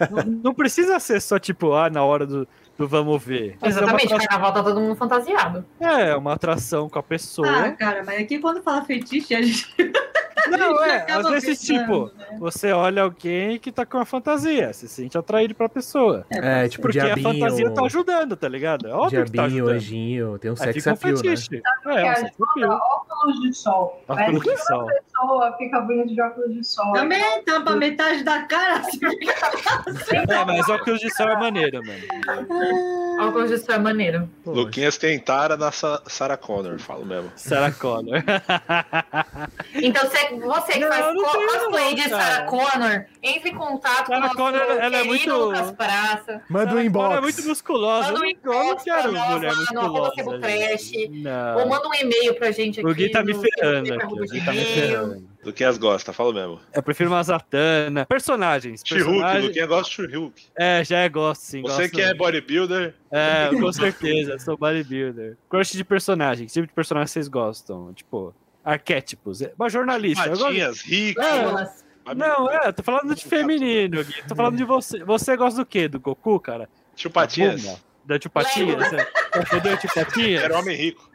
S4: não, não precisa ser só tipo, ah, na hora do, do vamos ver. Mas
S7: Exatamente,
S4: É uma,
S7: carnaval tá todo mundo fantasiado.
S4: atração, é uma atração com a pessoa.
S3: Ah, cara, mas aqui quando fala fetiche, a gente.
S4: não,
S3: gente
S4: é. Às
S3: acaba
S4: vezes,
S3: pensando, né?
S4: tipo, você olha alguém que tá com uma fantasia, se sente atraído pra pessoa.
S2: é, tipo,
S4: Porque
S2: diabinho.
S4: a fantasia tá ajudando, tá ligado? É óbvio que tá
S2: diabinho,
S4: ajudando.
S2: anjinho, tem um
S4: Aí
S2: sex
S4: fica um
S3: Tá
S2: appeal, né?
S4: fetiche. É, é um
S6: Cara,
S4: sex appeal.
S6: óculos de sol. Parece
S3: é.
S4: Óculos
S6: que
S4: de sol.
S6: a pessoa fica bonita de óculos de sol.
S3: Também tampa metade da cara. assim.
S4: É, mas óculos de sol é maneiro, mano.
S7: Óculos de sol é maneiro.
S2: Pô,
S5: Luquinhas tem tara na Sa- Sarah Connor, falo mesmo.
S4: Sarah
S2: É
S4: Connor.
S7: Então, se é você que
S4: Não,
S7: faz
S4: eu não
S7: co-
S4: tenho
S7: cosplay
S4: não,
S7: de
S4: cara.
S7: Sarah Connor, entre em contato
S4: Sarah
S7: com o
S4: Connor,
S7: nosso
S4: ela é
S7: querido
S4: muito-
S7: Lucas Praça.
S2: Manda um
S4: Sarah Connor
S2: inbox.
S4: é muito musculosa.
S7: Manda
S4: Eu
S7: um
S4: não
S7: inbox pra
S4: quero
S7: nós
S4: mulher
S7: lá no
S4: musculosa.
S7: arroba Sebo
S4: gente.
S7: Ou
S4: Não.
S7: manda um e-mail pra gente aqui.
S4: Ah. O Gui tá me
S7: no-
S4: ferrando
S3: é
S4: aqui.
S7: arroba
S4: O Gui tá me
S7: gmail.
S4: ferrando.
S5: Luquinhas gosta, falo mesmo.
S4: Eu prefiro uma Zatanna. Personagens.
S5: She-Hulk,
S4: personagens-
S5: Luquinhas gosta de She-Hulk.
S4: É, já é gosto, sim.
S5: Você
S4: gosto
S5: que é bodybuilder,
S4: É, com certeza, sou bodybuilder. Crush de personagem, que tipo de personagem vocês gostam? Tipo, arquétipos. É, Uma jornalista. eu gosto- É,
S5: matinhas, rico.
S7: Nicolas.
S4: Não, é, eu tô falando de feminino, Gui. Tô falando de você. Você gosta do quê? Do Goku, cara? Da
S5: Chupatinhas.
S4: bunda? Da tipo, né? Chupatinha?
S7: Lembra?
S4: Poder Chupatinha?
S5: Era homem rico.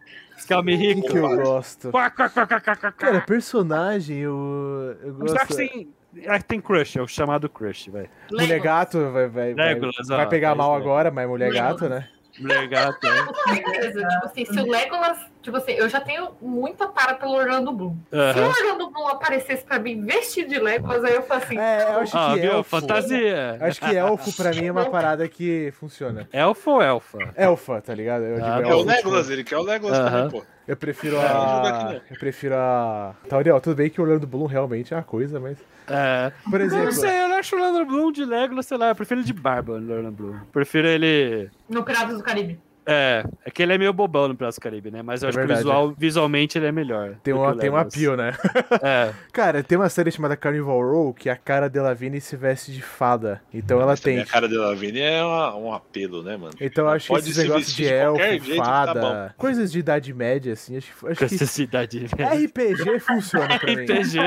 S4: Calme
S2: O que
S4: é rico.
S2: eu gosto?
S4: Quá, quá, quá, quá, quá, quá, quá.
S2: Cara, personagem, eu, eu
S4: Os caras
S2: gosto.
S4: que tem- ah, tem crush, é o chamado crush, vai.
S2: Mulher
S7: Lembra?
S2: gato vai, vai, vai,
S4: Legolas, ó,
S2: vai pegar
S4: é
S2: mal
S4: isso, né?
S2: agora, mas mulher
S7: Legolas.
S2: gato, né?
S4: Mulher gata. né?
S7: Com certeza. Tipo assim, se o Legolas. Tipo assim, eu já tenho muita tara pelo Orlando Bloom. Se o
S4: Aham.
S7: Orlando Bloom aparecesse pra mim vestido de Legolas, aí eu falo assim.
S2: É, eu acho
S4: Ah,
S2: que
S4: viu?
S2: elfo.
S4: Fantasia.
S2: Acho que elfo pra mim é uma parada que funciona.
S4: Elfo ou elfa?
S2: Elfa, tá ligado? Eu,
S4: Ah,
S5: É
S2: digo
S5: o
S2: elfo,
S5: Legolas, ele quer o Legolas
S4: Aham.
S5: também, pô.
S2: tipo, eu prefiro
S5: É, não julga
S2: a.
S5: aqui,
S2: Eu prefiro a. Tá, Oriol, tudo bem que o Orlando Bloom realmente é uma coisa, mas.
S4: É.
S2: Por
S4: Eu não
S2: exemplo,
S4: sei, eu não acho o Leonard Bloom de Legolas, sei lá, eu prefiro ele de barba, o Leonard Bloom. Prefiro ele.
S7: No Piratas do Caribe.
S4: É, é que ele é meio bobão no Piratas do Caribe, né? Mas eu
S2: É
S4: acho
S2: verdade,
S4: que visual- visualmente ele é melhor.
S2: tem,
S4: do que
S2: uma,
S4: o
S2: tem uma
S4: Legolas.
S2: pio, né?
S4: É,
S2: Cara, tem uma série chamada Carnival Row que a cara Delavigne se veste de fada. Então ela
S5: Mas também
S2: tem.
S5: A cara de Lavigne é uma- um apelo, né, mano?
S2: Então eu acho que
S5: Pode
S2: esses
S5: se
S2: negócios
S5: vestir
S2: de
S5: de
S2: elfo,
S5: qualquer jeito que tá
S2: fada, coisas de idade média, assim, acho, que-
S4: com
S2: acho que
S4: essa cidade.
S2: É RPG funciona pra mim.
S4: RPG.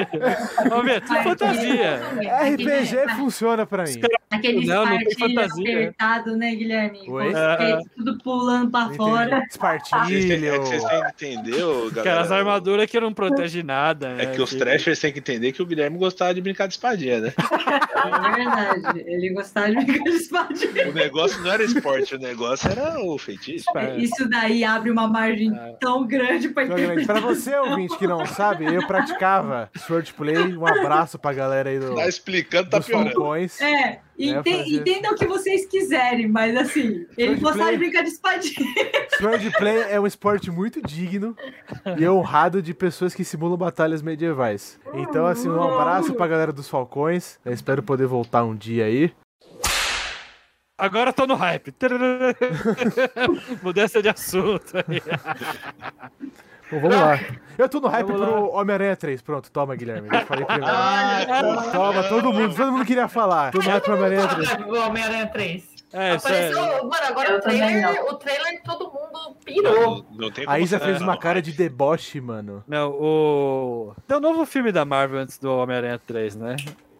S4: Ô, Beto, tudo
S3: assim.
S4: fantasia.
S3: É,
S2: RPG funciona pra mim.
S3: Aquele
S4: Não, não tem
S3: espartilho
S4: fantasia.
S3: apertado, né, Guilherme? Com
S2: Oi?
S3: os
S4: É.
S3: peitos tudo pulando pra fora.
S2: Entendi.
S5: Vocês têm- é
S2: Espartilho.
S5: que vocês têm que entender, ô, galera.
S4: Cara, as armaduras que não protegem nada. né?
S5: É que os trashers têm que entender que o Guilherme gostava de brincar de espadinha, né?
S3: É verdade. Ele gostava de brincar de espadinha.
S5: O negócio não era esporte, o negócio era o feitiço.
S4: É.
S3: Isso daí abre uma margem tão grande pra
S2: Então, Guilherme, Pra você, ouvinte, que não sabe, eu praticava Swordplay. Um abraço pra galera aí do,
S5: Tá explicando, tá
S2: dos
S5: piorando.
S2: Falcões.
S3: É, ente-
S2: fazer-
S3: entendam o que vocês quiserem, mas assim, ele
S2: Swordplay.
S3: gostava de brincar de espadinha.
S2: Swordplay é um esporte muito digno e é honrado de pessoas que simulam batalhas medievais. Então, assim, um abraço pra galera dos Falcões. Eu espero poder voltar um dia aí.
S4: Agora eu tô no hype. Tarará. Mudança de assunto. aí.
S2: Bom, vamos lá. Eu tô no hype
S4: Vamos lá.
S2: pro Homem-Aranha 3. Pronto, toma, Guilherme. Eu falei primeiro.
S5: Ah,
S2: Toma, todo mundo. Todo mundo queria falar. Tô no hype pro Homem-Aranha 3.
S7: Sabe, o Homem-Aranha 3.
S4: É, isso aí.
S7: Apareceu. Mano, agora
S6: Eu
S7: o
S6: também
S7: trailer, o trailer todo mundo pirou.
S5: não, não tem como
S2: A Isa
S5: você
S2: fez
S5: não,
S2: uma
S5: não.
S2: cara de deboche, mano.
S4: Não, o. Tem um novo filme da Marvel antes do Homem-Aranha 3, né?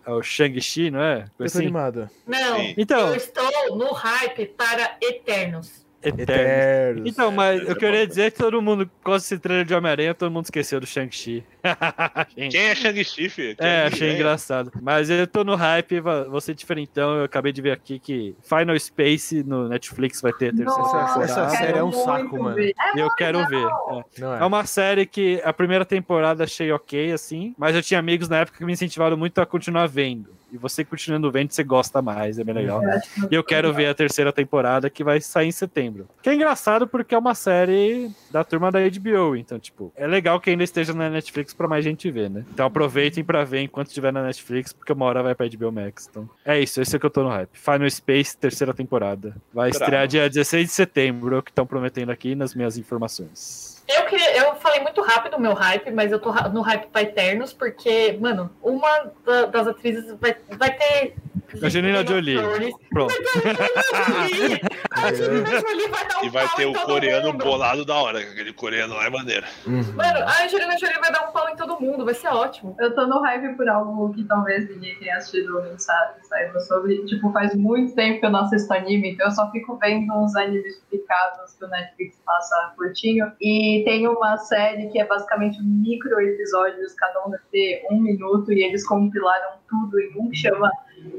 S4: É o Shang-Chi, não é?
S2: Eu
S4: Coisa
S2: tô
S4: assim.
S2: animado.
S7: Não,
S5: Sim.
S4: Então,
S7: eu estou no hype para Eternos.
S4: Eterno.
S2: Eternos.
S4: Então, mas
S5: Eternos
S4: eu
S5: é
S4: queria
S5: bom.
S4: dizer que todo mundo, por causa desse trailer de Homem-Aranha, todo mundo esqueceu do Shang-Chi. Gente,
S5: Quem é Shang-Chi, filho? Quem
S4: é,
S5: é
S4: achei engraçado. Mas eu tô no hype, va- você diferentão, eu acabei de ver aqui que Final Space no Netflix vai ter a terceira
S2: Nossa,
S4: temporada.
S2: essa série é um
S3: muito
S2: saco, mano.
S3: ver.
S4: E eu quero ver. é.
S2: Não
S4: É uma série que a primeira temporada achei ok, assim, mas eu tinha amigos na época que me incentivaram muito a continuar vendo. E você continuando vendo, você gosta mais, é bem legal. E eu quero ver a terceira temporada que vai sair em setembro. Que é engraçado porque é uma série da turma da HBO, então, tipo, é legal que ainda esteja na Netflix pra mais gente ver, né? Então aproveitem pra ver enquanto estiver na Netflix, porque uma hora vai pra HBO Max. Então, é isso, esse é que eu tô no hype. Final Space, terceira temporada. Vai
S5: Bravo.
S4: estrear dia 16 de setembro, é o que estão prometendo aqui nas minhas informações.
S7: Eu, queria, eu falei muito rápido o meu hype, mas eu tô ra- no hype para Eternos, porque, mano, uma da- das atrizes vai, vai ter.
S4: Angelina Jolie. Pronto.
S7: A Angelina Jolie vai dar um
S5: E vai
S7: pau
S5: ter
S7: em
S5: o
S7: todo
S5: coreano
S7: mundo.
S5: bolado da hora, que aquele coreano lá é maneiro.
S7: Mano, a Angelina Jolie vai dar um pau em todo mundo, vai ser ótimo.
S6: Eu tô no hype por algo que talvez ninguém tenha assistido ou não sa- saiba sobre. Tipo, faz muito tempo que eu não assisto anime, então eu só fico vendo uns animes explicados que o Netflix passa curtinho. E tem uma série que é basicamente micro episódios, cada um deve ter um minuto, e eles compilaram tudo em um que chama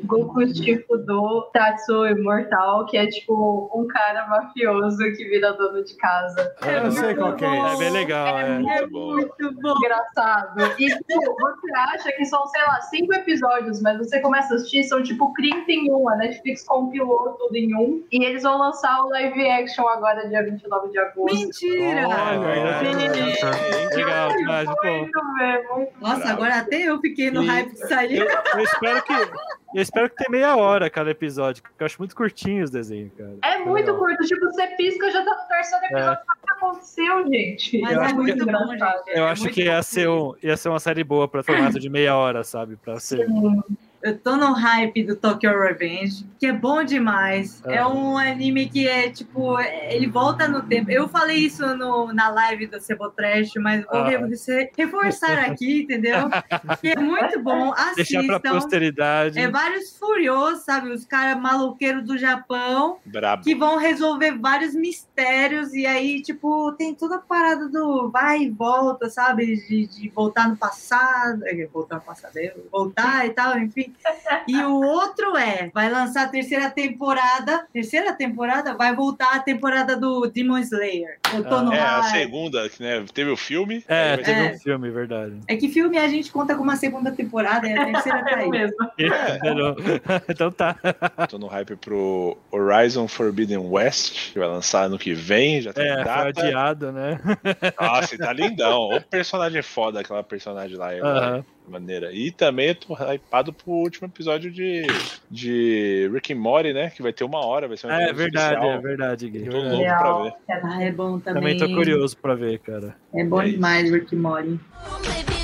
S6: Goku tipo do Tatsu Imortal, que é tipo um cara mafioso que vira dono de casa.
S2: Eu sei qual que é
S4: É
S2: esse.
S4: bem legal, é.
S5: Muito bom.
S3: Muito bom.
S6: Engraçado. E tipo, você acha que são, sei lá, cinco episódios, mas você começa a assistir, são tipo 31. A Netflix compilou tudo em um. E eles vão lançar o live action agora, dia 29 de agosto.
S3: Mentira!
S4: Olha,
S2: É
S6: Sim.
S4: Legal,
S6: Ai,
S4: demais,
S6: foi
S4: bom.
S6: Muito bem, muito
S3: Nossa, agora até eu fiquei no
S4: E-
S3: hype de sair.
S4: Eu, eu espero que. Eu espero que tenha meia hora cada episódio, porque eu acho muito curtinho os desenhos, cara.
S6: É muito
S4: Legal.
S6: curto, tipo, você pisca, já tá no terceiro episódio, sabe o que aconteceu, gente?
S3: Mas
S4: eu
S3: é
S4: acho
S3: muito bom,
S6: engraçado.
S3: gente.
S4: Eu
S3: É
S4: acho
S3: muito
S4: que ia
S3: bom.
S4: ser, um, ia ser uma série boa pra formato de meia hora, sabe? Pra ser.
S3: Eu tô no hype do Tokyo Revenge, que é bom demais.
S4: Ah.
S3: É um anime que é tipo, ele volta no tempo. Eu falei isso no, na live do Cebotrash, mas vou
S4: Ah.
S3: re- reforçar aqui, entendeu? que é muito bom.
S4: Deixar pra
S3: Assistam.
S4: posteridade.
S3: É vários furiosos, sabe? Os caras maloqueiros do Japão
S5: Brabo.
S3: que vão resolver vários mistérios. E aí, tipo, tem toda a parada do vai e volta, sabe? De, de voltar no passado. é, Voltar no passado, é, voltar e tal, enfim. E o outro é, vai lançar a terceira temporada. Terceira temporada? Vai voltar a temporada do Demon Slayer. Eu tô
S4: Ah,
S3: no
S5: É, a
S3: hype.
S5: segunda, que, né? Teve o filme.
S4: É,
S5: aí vai
S4: teve
S3: É.
S4: um filme, verdade.
S3: É que filme a gente conta com uma segunda temporada, e a terceira tá
S6: É
S3: aí.
S6: mesmo.
S4: Entendeu? então tá.
S5: Tô no hype pro Horizon Forbidden West, que vai lançar ano que vem, já tem
S4: É, foi
S5: data.
S4: adiado, né?
S5: Nossa, e tá lindão. O personagem é foda, aquela personagem lá. é
S4: Aham.
S5: Maneira. E também eu tô hypado pro último episódio de, de Rick and Morty, né? Que vai ter uma hora, vai ser um
S4: É, é
S5: episódio
S4: verdade,
S5: especial.
S4: é verdade, Gui.
S5: Tô louco
S6: Real.
S5: pra ver.
S3: Ah, é bom também.
S4: Também tô curioso pra ver, cara.
S3: É bom
S5: É isso.
S3: demais, Rick e Morty.
S1: Maybe